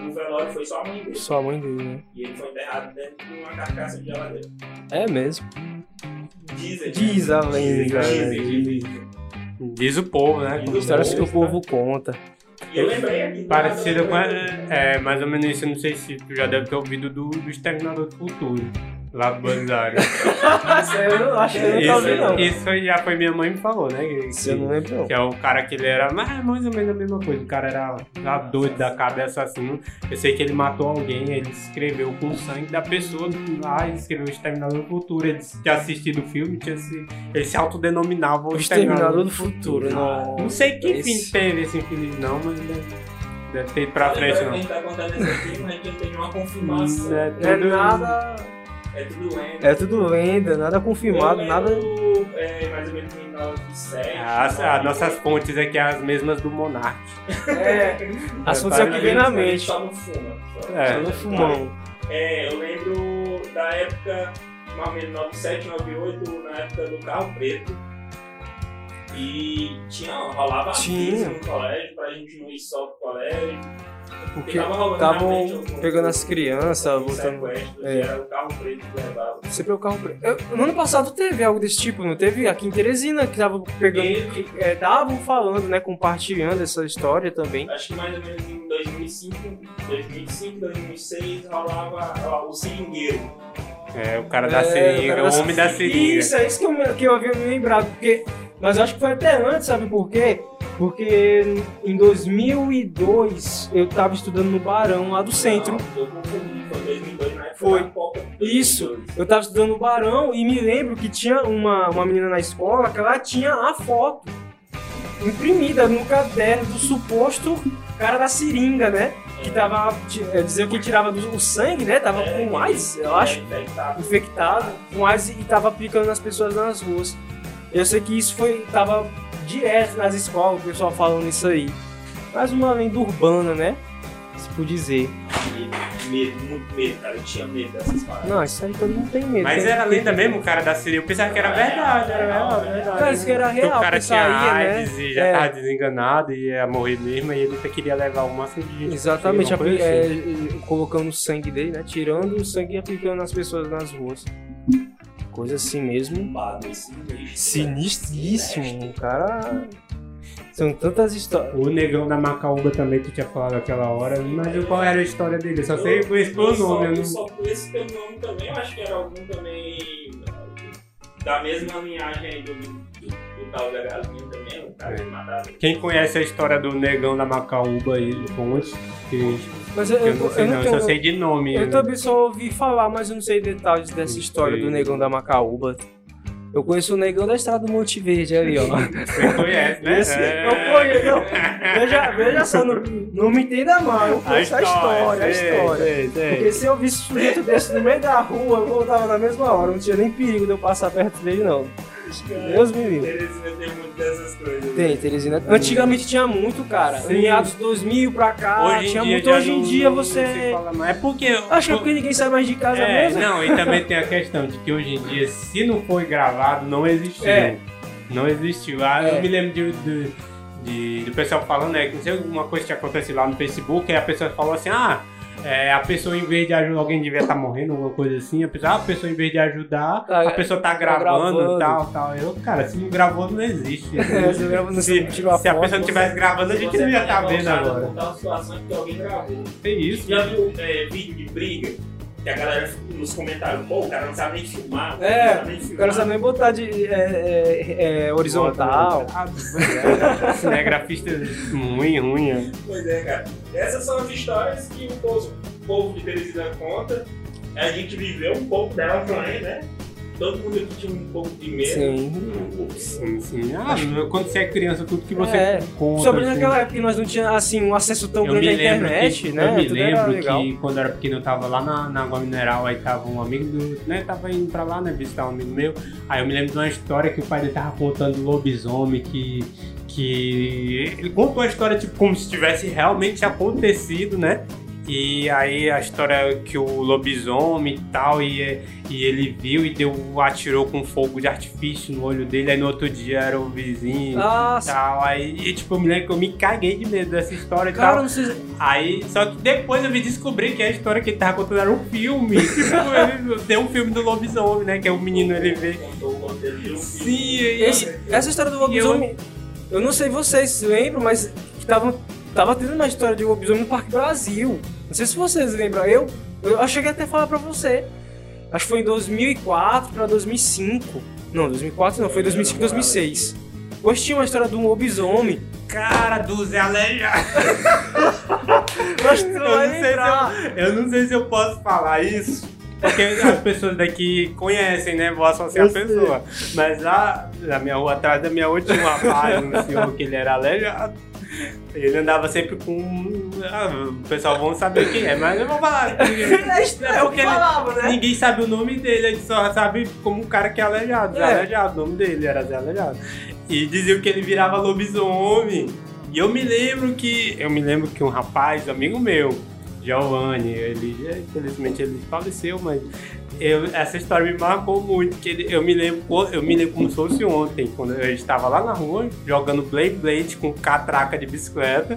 [SPEAKER 3] no velório foi só a mãe dele.
[SPEAKER 2] Só a mãe dele, né?
[SPEAKER 3] E ele foi enterrado dentro de uma carcaça de geladeira. né?
[SPEAKER 2] É mesmo.
[SPEAKER 3] Dizem.
[SPEAKER 2] Diz a lenda, né?
[SPEAKER 3] Dizem, dizem,
[SPEAKER 2] Diz.
[SPEAKER 3] dizem.
[SPEAKER 1] Diz o povo, né?
[SPEAKER 3] Diz
[SPEAKER 2] Histórias que o povo conta.
[SPEAKER 3] E eu lembrei aqui. né? do nada,
[SPEAKER 1] Parecido
[SPEAKER 3] eu
[SPEAKER 1] com.
[SPEAKER 3] lembrei.
[SPEAKER 1] É, é, mais ou menos isso, eu não sei se tu já deve ter ouvido do, do Exterminador do Futuro, lá do né? Banzário.
[SPEAKER 2] Isso aí eu não acho que eu nunca ouvi, não.
[SPEAKER 1] isso, isso já foi minha mãe que falou, né? que-
[SPEAKER 2] Isso eu não lembro, não.
[SPEAKER 1] Que é o cara que ele era mais, mais ou menos a mesma coisa. O cara era, era doido da cabeça assassino. Eu sei que ele matou alguém, ele escreveu com o sangue da pessoa lá, ele escreveu o Exterminador do Futuro. Ele tinha assistido o filme, tinha se, ele se autodenominava o
[SPEAKER 2] O
[SPEAKER 1] Exterminador
[SPEAKER 2] Exterminador do um Futuro,
[SPEAKER 1] não.
[SPEAKER 2] não.
[SPEAKER 1] Não sei que fim
[SPEAKER 2] Esse-
[SPEAKER 1] teve esse infeliz, não, mas deve, deve ter ido pra frente,
[SPEAKER 3] A
[SPEAKER 1] não.
[SPEAKER 3] gente tá contando isso aqui, mas a gente não tem nenhuma
[SPEAKER 1] Não
[SPEAKER 3] confirmação.
[SPEAKER 1] é
[SPEAKER 2] É
[SPEAKER 1] tudo-
[SPEAKER 2] nada.
[SPEAKER 3] É tudo lenda.
[SPEAKER 2] É tudo lenda, nada confirmado,
[SPEAKER 3] Eu
[SPEAKER 2] nada.
[SPEAKER 3] lembro, É, mais ou menos em 97.
[SPEAKER 1] Ah, As, as nossas fontes aqui é as mesmas do Monark.
[SPEAKER 2] É. Assuntos é o
[SPEAKER 1] Prepara
[SPEAKER 2] que
[SPEAKER 1] aí,
[SPEAKER 2] vem na
[SPEAKER 3] A gente
[SPEAKER 2] mente.
[SPEAKER 3] só não fuma. só-
[SPEAKER 1] É.
[SPEAKER 2] Só no fumão.
[SPEAKER 3] É, eu lembro da época, mais ou menos 97, 98, na época do carro preto. E tinha, rolava
[SPEAKER 2] Tinha.
[SPEAKER 3] crise no colégio, pra gente não ir só pro colégio.
[SPEAKER 2] Porque
[SPEAKER 3] tava rolando realmente
[SPEAKER 2] estavam
[SPEAKER 3] algum-
[SPEAKER 2] pegando as crianças,
[SPEAKER 3] algum
[SPEAKER 2] botando.
[SPEAKER 3] sequestro,
[SPEAKER 2] é.
[SPEAKER 3] e Era o carro preto que levava.
[SPEAKER 2] Sempre o carro preto. Eu- No ano passado teve algo desse tipo, não teve? Aqui em Teresina, que tava pegando. que, é, Estavam falando, né? Compartilhando essa história também.
[SPEAKER 3] Acho que mais ou menos em 2005, 2005, 2006 rolava ó, o seringueiro.
[SPEAKER 1] É, o cara da
[SPEAKER 2] É,
[SPEAKER 1] seringa,
[SPEAKER 2] cara
[SPEAKER 1] o homem da seringa.
[SPEAKER 2] Isso, é isso que eu, me- que eu havia me lembrado. Porque, mas eu acho que foi até antes, sabe por quê? Porque em 2002 eu tava estudando no Barão, lá do centro.
[SPEAKER 3] Não, eu confundi, foi 2002, na época
[SPEAKER 2] Foi.
[SPEAKER 3] da Copa.
[SPEAKER 2] Isso. Eu tava estudando no Barão e me lembro que tinha uma, uma menina na escola que ela tinha a foto imprimida no caderno do suposto cara da seringa, né? Que tava. ti- é, Diziam que tirava do- o sangue, né? Tava
[SPEAKER 3] É,
[SPEAKER 2] com mais, eu acho.
[SPEAKER 3] É, é, tá.
[SPEAKER 2] infectado com AIDS e tava aplicando nas pessoas nas ruas. Eu sei que isso foi tava direto nas escolas, o pessoal falando isso aí. Mais uma lenda urbana, né? Se por dizer.
[SPEAKER 3] Medo, medo, muito medo, cara. Eu tinha medo dessas paradas.
[SPEAKER 2] Não, isso aí todo mundo tem medo. né?
[SPEAKER 1] Mas é-
[SPEAKER 2] Tem-
[SPEAKER 1] era lenda mesmo, o cara da seringa. Eu pensava que era verdade, era real, era verdade.
[SPEAKER 2] Cara, isso que era
[SPEAKER 1] Que
[SPEAKER 2] real,
[SPEAKER 1] o cara
[SPEAKER 2] que
[SPEAKER 1] tinha
[SPEAKER 2] saía, né?
[SPEAKER 1] AIDS e já
[SPEAKER 2] É.
[SPEAKER 1] tava desenganado e ia morrer mesmo, e ele até queria levar o máximo de gente.
[SPEAKER 2] Exatamente,
[SPEAKER 1] Uma coisa
[SPEAKER 2] apli-
[SPEAKER 1] assim.
[SPEAKER 2] é, é, colocando o sangue dele, né? Tirando o sangue e aplicando nas pessoas nas ruas. Coisa assim mesmo.
[SPEAKER 3] Bombado, assim, esse bicho.
[SPEAKER 2] Sinistríssimo, o cara. São tantas histórias.
[SPEAKER 1] O negão da Macaúba também que tinha falado aquela hora, eu não imagino qual era a história dele, eu só sei conheço pelo
[SPEAKER 3] Eu só-
[SPEAKER 1] nome. né? eu
[SPEAKER 2] né?
[SPEAKER 3] Eu
[SPEAKER 1] não-
[SPEAKER 3] só conheço pelo nome também, eu acho que era algum também eh, da mesma linhagem aí do, do, do tal da galinha também, o cara que mataram.
[SPEAKER 1] Quem conhece a história do negão da Macaúba aí, Ponte, que
[SPEAKER 2] Mas eu,
[SPEAKER 1] que eu não sei
[SPEAKER 2] eu
[SPEAKER 1] não,
[SPEAKER 2] não
[SPEAKER 1] eu só
[SPEAKER 2] tenho.
[SPEAKER 1] sei de nome.
[SPEAKER 2] Eu
[SPEAKER 1] né?
[SPEAKER 2] também só ouvi falar, mas eu não sei detalhes dessa
[SPEAKER 1] Não
[SPEAKER 2] história
[SPEAKER 1] sei.
[SPEAKER 2] do negão da Macaúba. Eu conheço o negão da estrada do Monte Verde ali, ó.
[SPEAKER 1] Você conhece, né?
[SPEAKER 2] Esse-
[SPEAKER 1] É.
[SPEAKER 2] Eu conheço. não. Veja, veja só, não, não me entenda mal, eu conheço é a história, é a
[SPEAKER 1] sei,
[SPEAKER 2] história.
[SPEAKER 1] sei, sei.
[SPEAKER 2] Porque se eu visse um sujeito desse no meio da rua, eu voltava na mesma hora, não tinha nem perigo de eu passar perto dele, não. Deus me livre.
[SPEAKER 3] Teresina tem muito dessas coisas. né?
[SPEAKER 2] Tem, Teresina. Antigamente tinha muito, cara.
[SPEAKER 1] Sim.
[SPEAKER 2] Meados 2000 pra cá, tinha muito.
[SPEAKER 1] já
[SPEAKER 2] Hoje em
[SPEAKER 1] não-
[SPEAKER 2] dia
[SPEAKER 1] não se
[SPEAKER 2] você.
[SPEAKER 1] fala mais. É porque.
[SPEAKER 2] Acho que é porque ninguém sai mais de casa
[SPEAKER 1] É,
[SPEAKER 2] mesmo.
[SPEAKER 1] não, e também tem a questão de que hoje em dia, se não foi gravado, não existiu.
[SPEAKER 2] É.
[SPEAKER 1] Não existiu. Ah,
[SPEAKER 2] É.
[SPEAKER 1] eu me lembro de, de, de- do pessoal falando, né? Que não sei, uma coisa que acontece lá no Facebook, aí a pessoa falou assim, ah. é, a pessoa, em vez de ajudar, alguém devia estar morrendo, alguma coisa assim. A pessoa, ah, a pessoa, em vez de ajudar,
[SPEAKER 2] Tá,
[SPEAKER 1] a pessoa tá
[SPEAKER 2] tá
[SPEAKER 1] gravando
[SPEAKER 2] gravando.
[SPEAKER 1] e tal, tal. Eu, cara, se não gravou, não existe.
[SPEAKER 2] [LAUGHS] É, se não gravou, não
[SPEAKER 1] se,
[SPEAKER 2] tirou a
[SPEAKER 1] se a
[SPEAKER 2] foto,
[SPEAKER 1] pessoa não estivesse gravando, a gente não ia estar vendo agora.
[SPEAKER 3] Contar uma Tá situação que alguém gravou.
[SPEAKER 1] É isso.
[SPEAKER 3] Já viu é, vídeo de briga? Que a galera fica nos comentários, pô, o cara não sabe nem filmar.
[SPEAKER 2] É,
[SPEAKER 3] não sabe nem
[SPEAKER 2] O
[SPEAKER 3] filmar.
[SPEAKER 2] cara sabe nem botar de é, é, é, horizontal.
[SPEAKER 1] Ah, Cinegrafista ruim, ruim. é.
[SPEAKER 3] Pois é, cara. Essas são as histórias que o povo, o povo de Teresina conta. A gente viveu um pouco dela também, né? Todo mundo aqui tinha um pouco de medo.
[SPEAKER 2] Sim.
[SPEAKER 1] Sim, sim. Ah, quando você é criança, tudo que você
[SPEAKER 2] É.
[SPEAKER 1] conta.
[SPEAKER 2] Sobre
[SPEAKER 1] assim,
[SPEAKER 2] naquela época que nós não tínhamos assim, um acesso tão
[SPEAKER 1] eu me
[SPEAKER 2] grande à
[SPEAKER 1] lembro
[SPEAKER 2] internet,
[SPEAKER 1] que,
[SPEAKER 2] né?
[SPEAKER 1] Eu me
[SPEAKER 2] Tudo era
[SPEAKER 1] lembro
[SPEAKER 2] legal.
[SPEAKER 1] que quando eu era pequeno eu tava lá na, na água mineral, aí tava um amigo do. né, tava indo pra lá, né? Visitar um amigo meu. Aí eu me lembro de uma história que o pai dele tava contando do lobisomem que. que. Ele contou a história tipo como se tivesse realmente acontecido, né? E aí a história é que o lobisomem e tal, e, é- e ele viu e deu, atirou com fogo de artifício no olho dele, aí no outro dia era o vizinho e
[SPEAKER 2] Ah. Nossa,
[SPEAKER 1] tal. Aí, e, tipo, eu me lembro que eu me caguei de medo dessa história e tal.
[SPEAKER 2] cara, não sei. se-
[SPEAKER 1] Aí, só que depois eu me descobri que é a história que ele tava contando era um filme. [LAUGHS] tipo, ele tem um filme do lobisomem, né? Que é o menino, ele vê.
[SPEAKER 3] Contou o conteúdo de um
[SPEAKER 1] Sim,
[SPEAKER 3] filme.
[SPEAKER 1] e- É.
[SPEAKER 2] Esse- essa história do lobisomem, eu... não sei vocês se lembram, mas que tava, tava tendo uma história de um lobisomem no Parque Brasil. Não sei se vocês lembram. Eu, eu cheguei até a falar pra você. Acho que foi em 2004 pra 2005. Não, 2004 não, foi 2005, 2006. Hoje tinha uma história de um lobisomem.
[SPEAKER 1] Cara do Zé Aleijado.
[SPEAKER 2] [LAUGHS] Mas tu
[SPEAKER 1] Eu não
[SPEAKER 2] vai
[SPEAKER 1] sei se eu-
[SPEAKER 2] lembrar.
[SPEAKER 1] Eu não sei se eu posso falar isso. Porque as pessoas daqui conhecem, né? Vou associar
[SPEAKER 2] Eu
[SPEAKER 1] a
[SPEAKER 2] sei.
[SPEAKER 1] pessoa. Mas lá, na minha rua, atrás da minha
[SPEAKER 2] [LAUGHS]
[SPEAKER 1] última paz, um senhor que ele era aleijado. Ele andava sempre com. Ah, o pessoal vão saber quem é, mas eu vou
[SPEAKER 2] [LAUGHS]
[SPEAKER 1] falar.
[SPEAKER 2] É o que
[SPEAKER 1] ele-
[SPEAKER 2] falava, né?
[SPEAKER 1] Ninguém sabe o nome dele, a gente só sabe como um cara que é aleijado. Zé
[SPEAKER 2] É.
[SPEAKER 1] Aleijado, o nome dele era Zé Aleijado. E diziam que ele virava lobisomem. E eu me lembro que. Eu me lembro que um rapaz, amigo meu, Giovanni, ele é, infelizmente ele faleceu, mas eu- essa história me marcou muito. Que ele- eu, me lembro, co- eu me lembro como se fosse ontem, quando eu estava lá na rua jogando Blade Blade com catraca de bicicleta.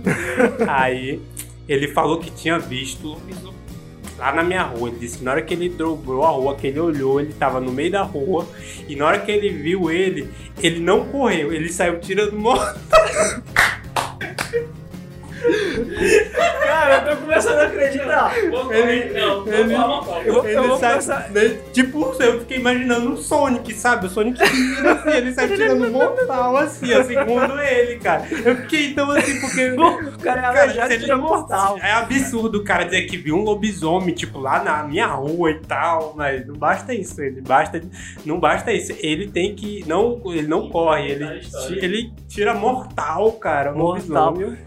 [SPEAKER 1] Aí ele falou que tinha visto lobisomem lá na minha rua. Ele disse que na hora que ele dobrou a rua, que ele olhou, ele tava no meio da rua. E na hora que ele viu ele, ele não correu, ele saiu tirando moto.
[SPEAKER 2] Cara, eu tô começando a acreditar.
[SPEAKER 3] Vou correr, não, vou
[SPEAKER 1] ele-
[SPEAKER 3] falar uma pausa.
[SPEAKER 2] Eu vou-
[SPEAKER 1] Ele
[SPEAKER 2] vou
[SPEAKER 1] saiu,
[SPEAKER 2] começar-
[SPEAKER 1] né, tipo, eu fiquei imaginando o Sonic, sabe? O Sonic tira, assim, ele saiu tirando mortal, assim, ó, segundo ele, cara. Eu fiquei então assim,
[SPEAKER 2] [LAUGHS]
[SPEAKER 1] porque.
[SPEAKER 2] [LAUGHS] O cara é aleijado
[SPEAKER 1] se
[SPEAKER 2] e
[SPEAKER 1] ele-
[SPEAKER 2] tira mortal.
[SPEAKER 1] É absurdo o cara dizer que viu um lobisomem, tipo, lá na minha rua e tal, mas não basta isso, ele basta, não basta isso, ele tem que, não, ele não corre, ele, ti- ele tira mortal, cara, o
[SPEAKER 2] Mortal.
[SPEAKER 1] lobisomem.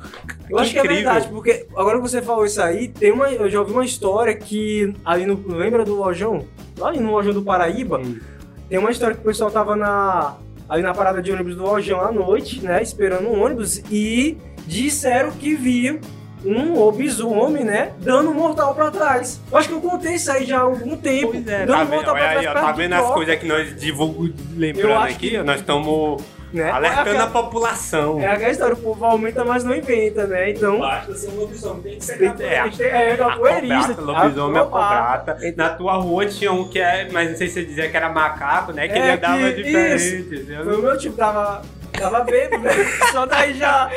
[SPEAKER 2] Eu acho que é
[SPEAKER 1] Incrível.
[SPEAKER 2] verdade, porque agora que você falou isso aí, tem uma, eu já ouvi uma história que ali no. Lembra do Lojão? Lá ali no Lojão do Paraíba,
[SPEAKER 1] Hum.
[SPEAKER 2] tem uma história que o pessoal tava na, ali na parada de ônibus do Lojão à noite, né? Esperando um ônibus, e disseram que viu um lobisomem, né? Dando um mortal pra trás. Eu acho que eu contei isso aí já há algum tempo.
[SPEAKER 1] Pois é,
[SPEAKER 2] dando
[SPEAKER 1] tá
[SPEAKER 2] um mortal
[SPEAKER 1] vendo,
[SPEAKER 2] pra
[SPEAKER 1] olha
[SPEAKER 2] trás
[SPEAKER 1] aí, ó,
[SPEAKER 2] perto
[SPEAKER 1] tá
[SPEAKER 2] de
[SPEAKER 1] vendo as
[SPEAKER 2] Tó,
[SPEAKER 1] coisas que nós divulgamos,
[SPEAKER 2] Eu
[SPEAKER 1] lembrando
[SPEAKER 2] acho
[SPEAKER 1] aqui,
[SPEAKER 2] que-
[SPEAKER 1] nós estamos
[SPEAKER 2] né?
[SPEAKER 1] alertando a
[SPEAKER 2] É
[SPEAKER 1] população.
[SPEAKER 2] aquela, é aquela história, o povo aumenta, mas não inventa, né? Então.
[SPEAKER 3] Basta ser um lobisomem, tem que ser
[SPEAKER 1] Tem-
[SPEAKER 3] capaz.
[SPEAKER 1] é,
[SPEAKER 2] a gente tem- é,
[SPEAKER 1] A
[SPEAKER 2] capoeirista,
[SPEAKER 1] cobrata, lobisomem é
[SPEAKER 2] acrobata.
[SPEAKER 1] cobrata. Na tua rua tinha um que é, mas não sei se você dizia que era macaco, né? Que
[SPEAKER 2] É,
[SPEAKER 1] ele andava
[SPEAKER 2] que-
[SPEAKER 1] diferente. eu não
[SPEAKER 2] Foi o meu tipo, tava, tava bêbado, né? [LAUGHS] Só daí já.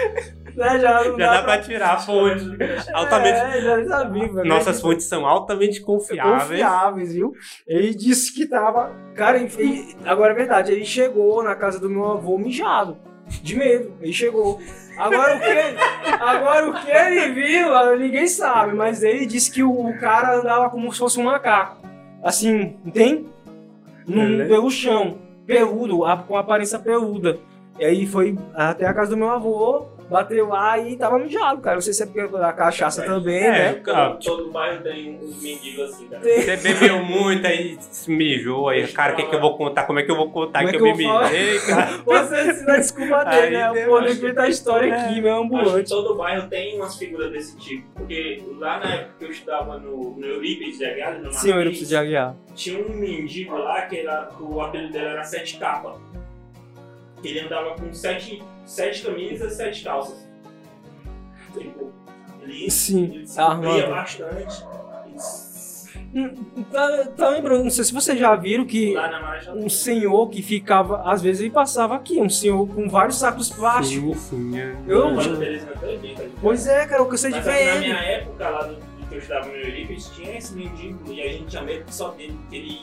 [SPEAKER 2] Né, já não
[SPEAKER 1] Já dá pra tirar a fonte. Altamente.
[SPEAKER 2] É, já tá vivo, né?
[SPEAKER 1] Nossas fontes são altamente confiáveis.
[SPEAKER 2] Confiáveis, viu? Ele disse que tava. Cara, enfim, agora é verdade, ele chegou na casa do meu avô mijado. De medo, ele chegou. Agora o que? Agora o que ele viu, ninguém sabe, mas ele disse que o cara andava como se fosse um macaco. Assim, tem? No,
[SPEAKER 1] Beleza.
[SPEAKER 2] pelo chão, peludo, a- com aparência peluda. E aí foi até a casa do meu avô, bateu lá e tava mijado, cara. Não sei se é porque a cachaça também,
[SPEAKER 1] É,
[SPEAKER 2] né?
[SPEAKER 1] cara,
[SPEAKER 3] Todo, todo bairro tem uns mendigos assim, cara.
[SPEAKER 1] Você bebeu muito, aí se mijou, aí, cara, o que, é que eu vou contar? Como é que eu vou contar
[SPEAKER 2] Como é
[SPEAKER 1] que,
[SPEAKER 2] que
[SPEAKER 1] eu me
[SPEAKER 2] eu vou falar?
[SPEAKER 1] mijei, cara?
[SPEAKER 2] Você é se dá desculpa dele,
[SPEAKER 1] Aí
[SPEAKER 2] né?
[SPEAKER 1] deu,
[SPEAKER 2] Pô,
[SPEAKER 1] acho
[SPEAKER 2] não inventa a história aqui, meu
[SPEAKER 3] Acho que
[SPEAKER 2] ambulante.
[SPEAKER 3] todo bairro tem umas figuras desse tipo. Porque lá na época que eu estudava no, no Eurípides de Aguiar, no
[SPEAKER 2] Senhor, eu
[SPEAKER 3] Matriz,
[SPEAKER 2] preciso de aguiar.
[SPEAKER 3] tinha um mendigo lá que era, o apelido dele era Sete Capa. Ele andava com sete, sete camisas, sete calças. Tipo, ele,
[SPEAKER 2] Sim,
[SPEAKER 3] ele se
[SPEAKER 2] tá
[SPEAKER 3] cobria
[SPEAKER 2] armado.
[SPEAKER 3] bastante. E
[SPEAKER 2] Hum, Tá, tá lembrando, não sei se vocês já viram que
[SPEAKER 3] Lá na Marajá.
[SPEAKER 2] um senhor que ficava, às vezes ele passava aqui, um senhor com vários sacos plásticos.
[SPEAKER 1] Sim, sim, é.
[SPEAKER 2] Eu-
[SPEAKER 3] Quando eles não têm vida, de
[SPEAKER 2] Pois é, cara, eu cansei de
[SPEAKER 3] Mas
[SPEAKER 2] ver
[SPEAKER 3] na
[SPEAKER 2] ele.
[SPEAKER 3] minha época, lá do, do que eu estudava no Euripides, tinha esse mendigo e a gente tinha medo só dele, porque ele,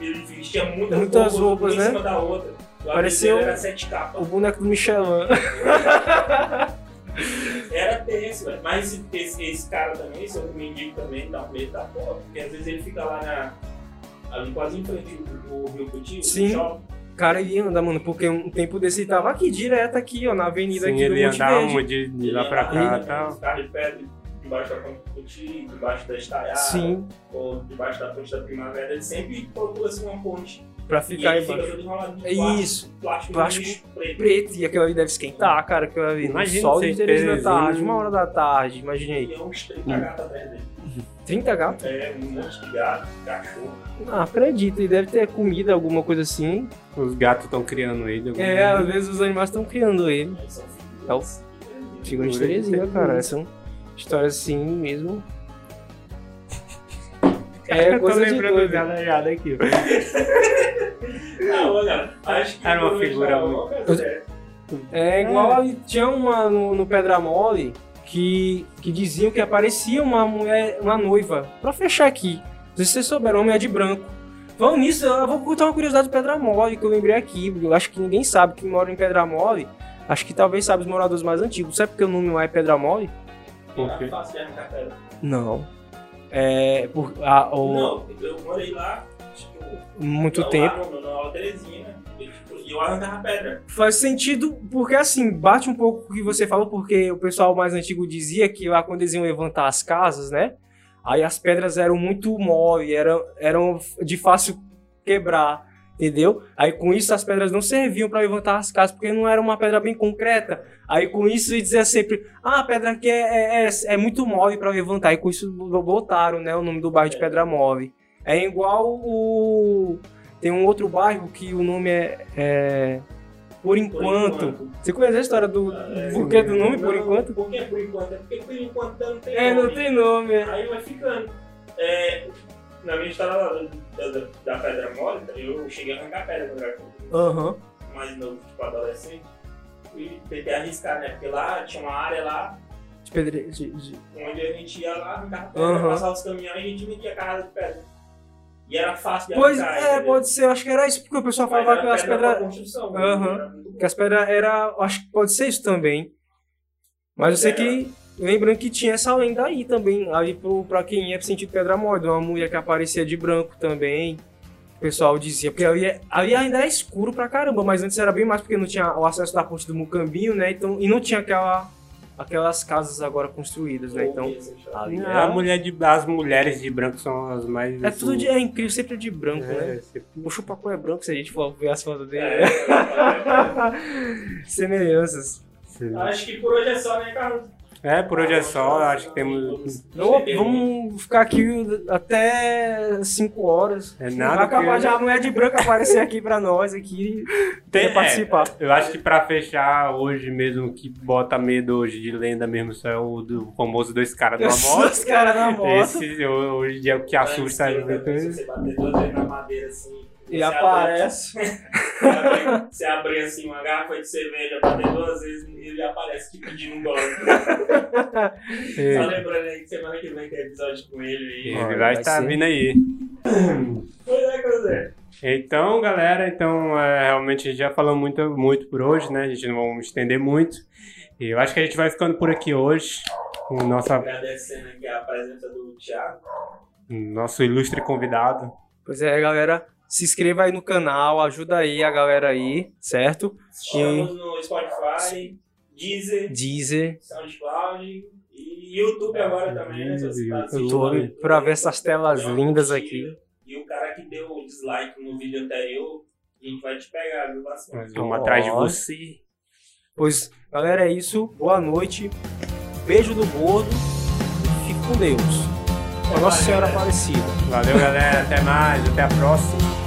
[SPEAKER 3] ele vestia muita
[SPEAKER 2] Muitas
[SPEAKER 3] roupa,
[SPEAKER 2] roupas,
[SPEAKER 3] uma
[SPEAKER 2] né?
[SPEAKER 3] em cima da outra. O apelido
[SPEAKER 2] Parecia um-
[SPEAKER 3] dele Era sete capas.
[SPEAKER 2] O boneco do Michelin. [LAUGHS]
[SPEAKER 3] Era tenso, velho. Mas esse- esse, esse cara também, esse outro mendigo também, dá um medo da porra. Porque às vezes ele fica lá na... Ali quase em frente do do Rio Coutinho,
[SPEAKER 2] Sim.
[SPEAKER 3] no shopping.
[SPEAKER 2] Cara, ele anda, mano, porque um tempo desse ele tava aqui, direto aqui, ó, na avenida
[SPEAKER 1] Sim,
[SPEAKER 2] aqui do
[SPEAKER 1] ele
[SPEAKER 2] Monte
[SPEAKER 1] andava
[SPEAKER 2] Verde.
[SPEAKER 1] de, de
[SPEAKER 3] Ele
[SPEAKER 1] lá pra cá tá?
[SPEAKER 3] andava
[SPEAKER 1] e
[SPEAKER 3] ali,
[SPEAKER 1] tal.
[SPEAKER 3] Os carros de pedra, debaixo da ponte do Coutinho, debaixo da estaiada.
[SPEAKER 2] Sim,
[SPEAKER 3] Ou debaixo da ponte da primavera. Ele sempre procura assim, uma ponte
[SPEAKER 2] pra
[SPEAKER 3] E
[SPEAKER 2] ficar
[SPEAKER 3] ele
[SPEAKER 2] aí
[SPEAKER 3] fica
[SPEAKER 2] embaixo.
[SPEAKER 3] todo enrolado no
[SPEAKER 2] É isso,
[SPEAKER 3] plástico,
[SPEAKER 2] Plástico.
[SPEAKER 3] plástico preto.
[SPEAKER 2] preto, e aquilo ali deve esquentar, cara, aquilo ali. no
[SPEAKER 1] Imagina,
[SPEAKER 2] sol de
[SPEAKER 1] sem
[SPEAKER 2] 3 da
[SPEAKER 1] pezinho.
[SPEAKER 2] tarde, uma hora da tarde, imagina aí.
[SPEAKER 3] E é uns 30 gatos atrás dele.
[SPEAKER 2] 30 gatos?
[SPEAKER 3] É, um monte de gato, cachorro.
[SPEAKER 2] Ah, acredito, ele deve ter comida, alguma coisa assim.
[SPEAKER 1] Os gatos estão criando ele. alguma
[SPEAKER 2] É,
[SPEAKER 1] coisa.
[SPEAKER 2] às vezes os animais estão criando ele.
[SPEAKER 3] Né? São
[SPEAKER 2] É o
[SPEAKER 3] figuras.
[SPEAKER 2] Figura de
[SPEAKER 1] Figura de
[SPEAKER 2] Terezinha,
[SPEAKER 1] Terezinha.
[SPEAKER 2] cara, são histórias assim mesmo.
[SPEAKER 1] [LAUGHS] Eu
[SPEAKER 2] É
[SPEAKER 1] tô
[SPEAKER 2] coisa de
[SPEAKER 1] lembrando
[SPEAKER 2] doido.
[SPEAKER 1] dela já daqui.
[SPEAKER 3] Ah, olha, acho que
[SPEAKER 1] Era uma
[SPEAKER 3] quando eu
[SPEAKER 1] figura
[SPEAKER 3] estava
[SPEAKER 1] muito-
[SPEAKER 3] louca, Zé,
[SPEAKER 2] É igual ali, tinha uma no, no Pedra Mole que, que diziam que aparecia uma mulher, uma noiva. Pra fechar aqui, se vocês souberam, uma mulher de branco. Falando nisso, eu vou contar uma curiosidade do Pedra Mole que eu lembrei aqui. porque Eu acho que ninguém sabe que mora em Pedra Mole. Acho que talvez sabe os moradores mais antigos. Sabe porque o nome lá é Pedra Mole?
[SPEAKER 1] Por quê?
[SPEAKER 3] era fácil de arrancar pedra.
[SPEAKER 2] Não. É. Por, a- o-
[SPEAKER 3] Não, eu morei lá, tipo,
[SPEAKER 2] muito
[SPEAKER 3] lá
[SPEAKER 2] tempo.
[SPEAKER 3] no- na aula Terezinha, né? E tipo, e eu arrancava pedra.
[SPEAKER 2] Faz sentido, porque assim, bate um pouco o que você falou, porque o pessoal mais antigo dizia que lá quando eles iam levantar as casas, né? Aí as pedras eram muito mole, eram, eram de fácil quebrar, entendeu? Aí com isso as pedras não serviam para levantar as casas, porque não era uma pedra bem concreta. Aí com isso eles diziam sempre, ah, a pedra aqui é, é, é, é muito mole para levantar. E com isso botaram, né, o nome do bairro de Pedra Mole. É igual o... Tem um outro bairro que o nome é... é... Por
[SPEAKER 3] Por
[SPEAKER 2] enquanto. Você conhece a história do,
[SPEAKER 3] É,
[SPEAKER 2] do porquê do nome, por
[SPEAKER 3] Não,
[SPEAKER 2] enquanto?
[SPEAKER 3] Por que por enquanto? É porque por enquanto não tem
[SPEAKER 2] É, não
[SPEAKER 3] nome.
[SPEAKER 2] tem nome. é.
[SPEAKER 3] Aí vai ficando. É, na minha história lá da, da, da pedra mole, eu cheguei a arrancar pedra quando era
[SPEAKER 2] Aham.
[SPEAKER 3] mais novo, tipo adolescente. E tentei arriscar, né? Porque lá tinha uma área lá
[SPEAKER 2] De pedre... de- de-
[SPEAKER 3] onde a gente ia lá, arrancava pedra,
[SPEAKER 2] Aham.
[SPEAKER 3] passava os caminhões e a gente metia a casa de pedra. E era fácil de
[SPEAKER 2] Pois
[SPEAKER 3] arrancar.
[SPEAKER 2] é,
[SPEAKER 3] entendeu?
[SPEAKER 2] pode ser. eu Acho que era isso, porque o pessoal
[SPEAKER 3] Mas
[SPEAKER 2] falava que
[SPEAKER 3] era
[SPEAKER 2] as
[SPEAKER 3] pedra pra
[SPEAKER 2] pedras...
[SPEAKER 3] construção, né?
[SPEAKER 2] Aham.
[SPEAKER 3] era muito bom.
[SPEAKER 2] Que as pedras era... Acho que pode ser isso também. Mas eu sei
[SPEAKER 3] É.
[SPEAKER 2] que... Lembrando que tinha essa lenda aí também, ali pro, pra quem ia pro sentido Pedra Mole, uma mulher que aparecia de branco também, o pessoal dizia, porque ali, é- ali ainda é escuro pra caramba, mas antes era bem mais porque não tinha o acesso da ponte do Mucambinho, né, então, e não tinha aquela, aquelas casas agora construídas,
[SPEAKER 1] é,
[SPEAKER 2] né, então... ali
[SPEAKER 1] A
[SPEAKER 2] era-
[SPEAKER 1] mulher de, as mulheres de branco são as mais.
[SPEAKER 2] É tudo de, é incrível, sempre de branco, né?
[SPEAKER 1] É, sempre-
[SPEAKER 2] O Chupacu é branco, se a gente for ver as fotos dele.
[SPEAKER 3] É,
[SPEAKER 2] né?
[SPEAKER 3] é,
[SPEAKER 2] [LAUGHS] Semelhanças.
[SPEAKER 1] sim.
[SPEAKER 3] é. Acho que por hoje é só, né, Carlos?
[SPEAKER 1] É, por hoje é só. Acho que temos. um
[SPEAKER 2] Então, vamos ficar aqui até 5 horas.
[SPEAKER 1] É nada
[SPEAKER 2] Vai acabar
[SPEAKER 1] que-
[SPEAKER 2] já a mulher de branco aparecer aqui pra nós, aqui,
[SPEAKER 1] Tem- é,
[SPEAKER 2] pra participar.
[SPEAKER 1] Eu acho que pra fechar hoje mesmo, que bota medo hoje de lenda mesmo, só é o do famoso dois caras Tá na moto.
[SPEAKER 2] [LAUGHS] Os caras na moto.
[SPEAKER 1] Esse hoje é o que assusta a gente.
[SPEAKER 3] Você bater duas vezes na madeira assim.
[SPEAKER 2] E
[SPEAKER 3] você
[SPEAKER 2] aparece.
[SPEAKER 3] abre- [LAUGHS] Você abrir assim uma garrafa de cerveja, bater duas vezes e ele aparece te pedindo um gole. Só
[SPEAKER 1] É,
[SPEAKER 3] lembrando aí que semana que vem tem episódio com ele. E...
[SPEAKER 1] Ele
[SPEAKER 2] Vai
[SPEAKER 1] vai estar
[SPEAKER 2] ser.
[SPEAKER 1] vindo aí.
[SPEAKER 3] Pois é, Cruzé.
[SPEAKER 1] Então, galera, então é, realmente já falamos muito, muito por hoje, né? A gente não vamos estender muito. E eu acho que a gente vai ficando por aqui hoje. Com o nossa,
[SPEAKER 3] Agradecendo aqui a presença do Thiago.
[SPEAKER 1] nosso ilustre convidado.
[SPEAKER 2] Pois é, galera. Se inscreva aí no canal, ajuda aí a galera aí, certo?
[SPEAKER 3] Estamos no Spotify, Deezer,
[SPEAKER 2] Deezer,
[SPEAKER 3] SoundCloud e YouTube agora também, né? Se você tá assistindo
[SPEAKER 2] YouTube,
[SPEAKER 1] né?
[SPEAKER 3] no
[SPEAKER 2] pra ver essas telas
[SPEAKER 3] Dá uma
[SPEAKER 2] lindas
[SPEAKER 3] curtida.
[SPEAKER 2] aqui.
[SPEAKER 3] E o cara que deu o dislike no vídeo anterior, a gente vai te pegar, viu, Marcelo?
[SPEAKER 1] Nós vamos atrás de você.
[SPEAKER 2] Pois, galera, é isso. Boa noite. Beijo do gordo. Fique com Deus. É Nossa Senhora Aparecida.
[SPEAKER 1] Valeu, galera. Até mais. Até a próxima.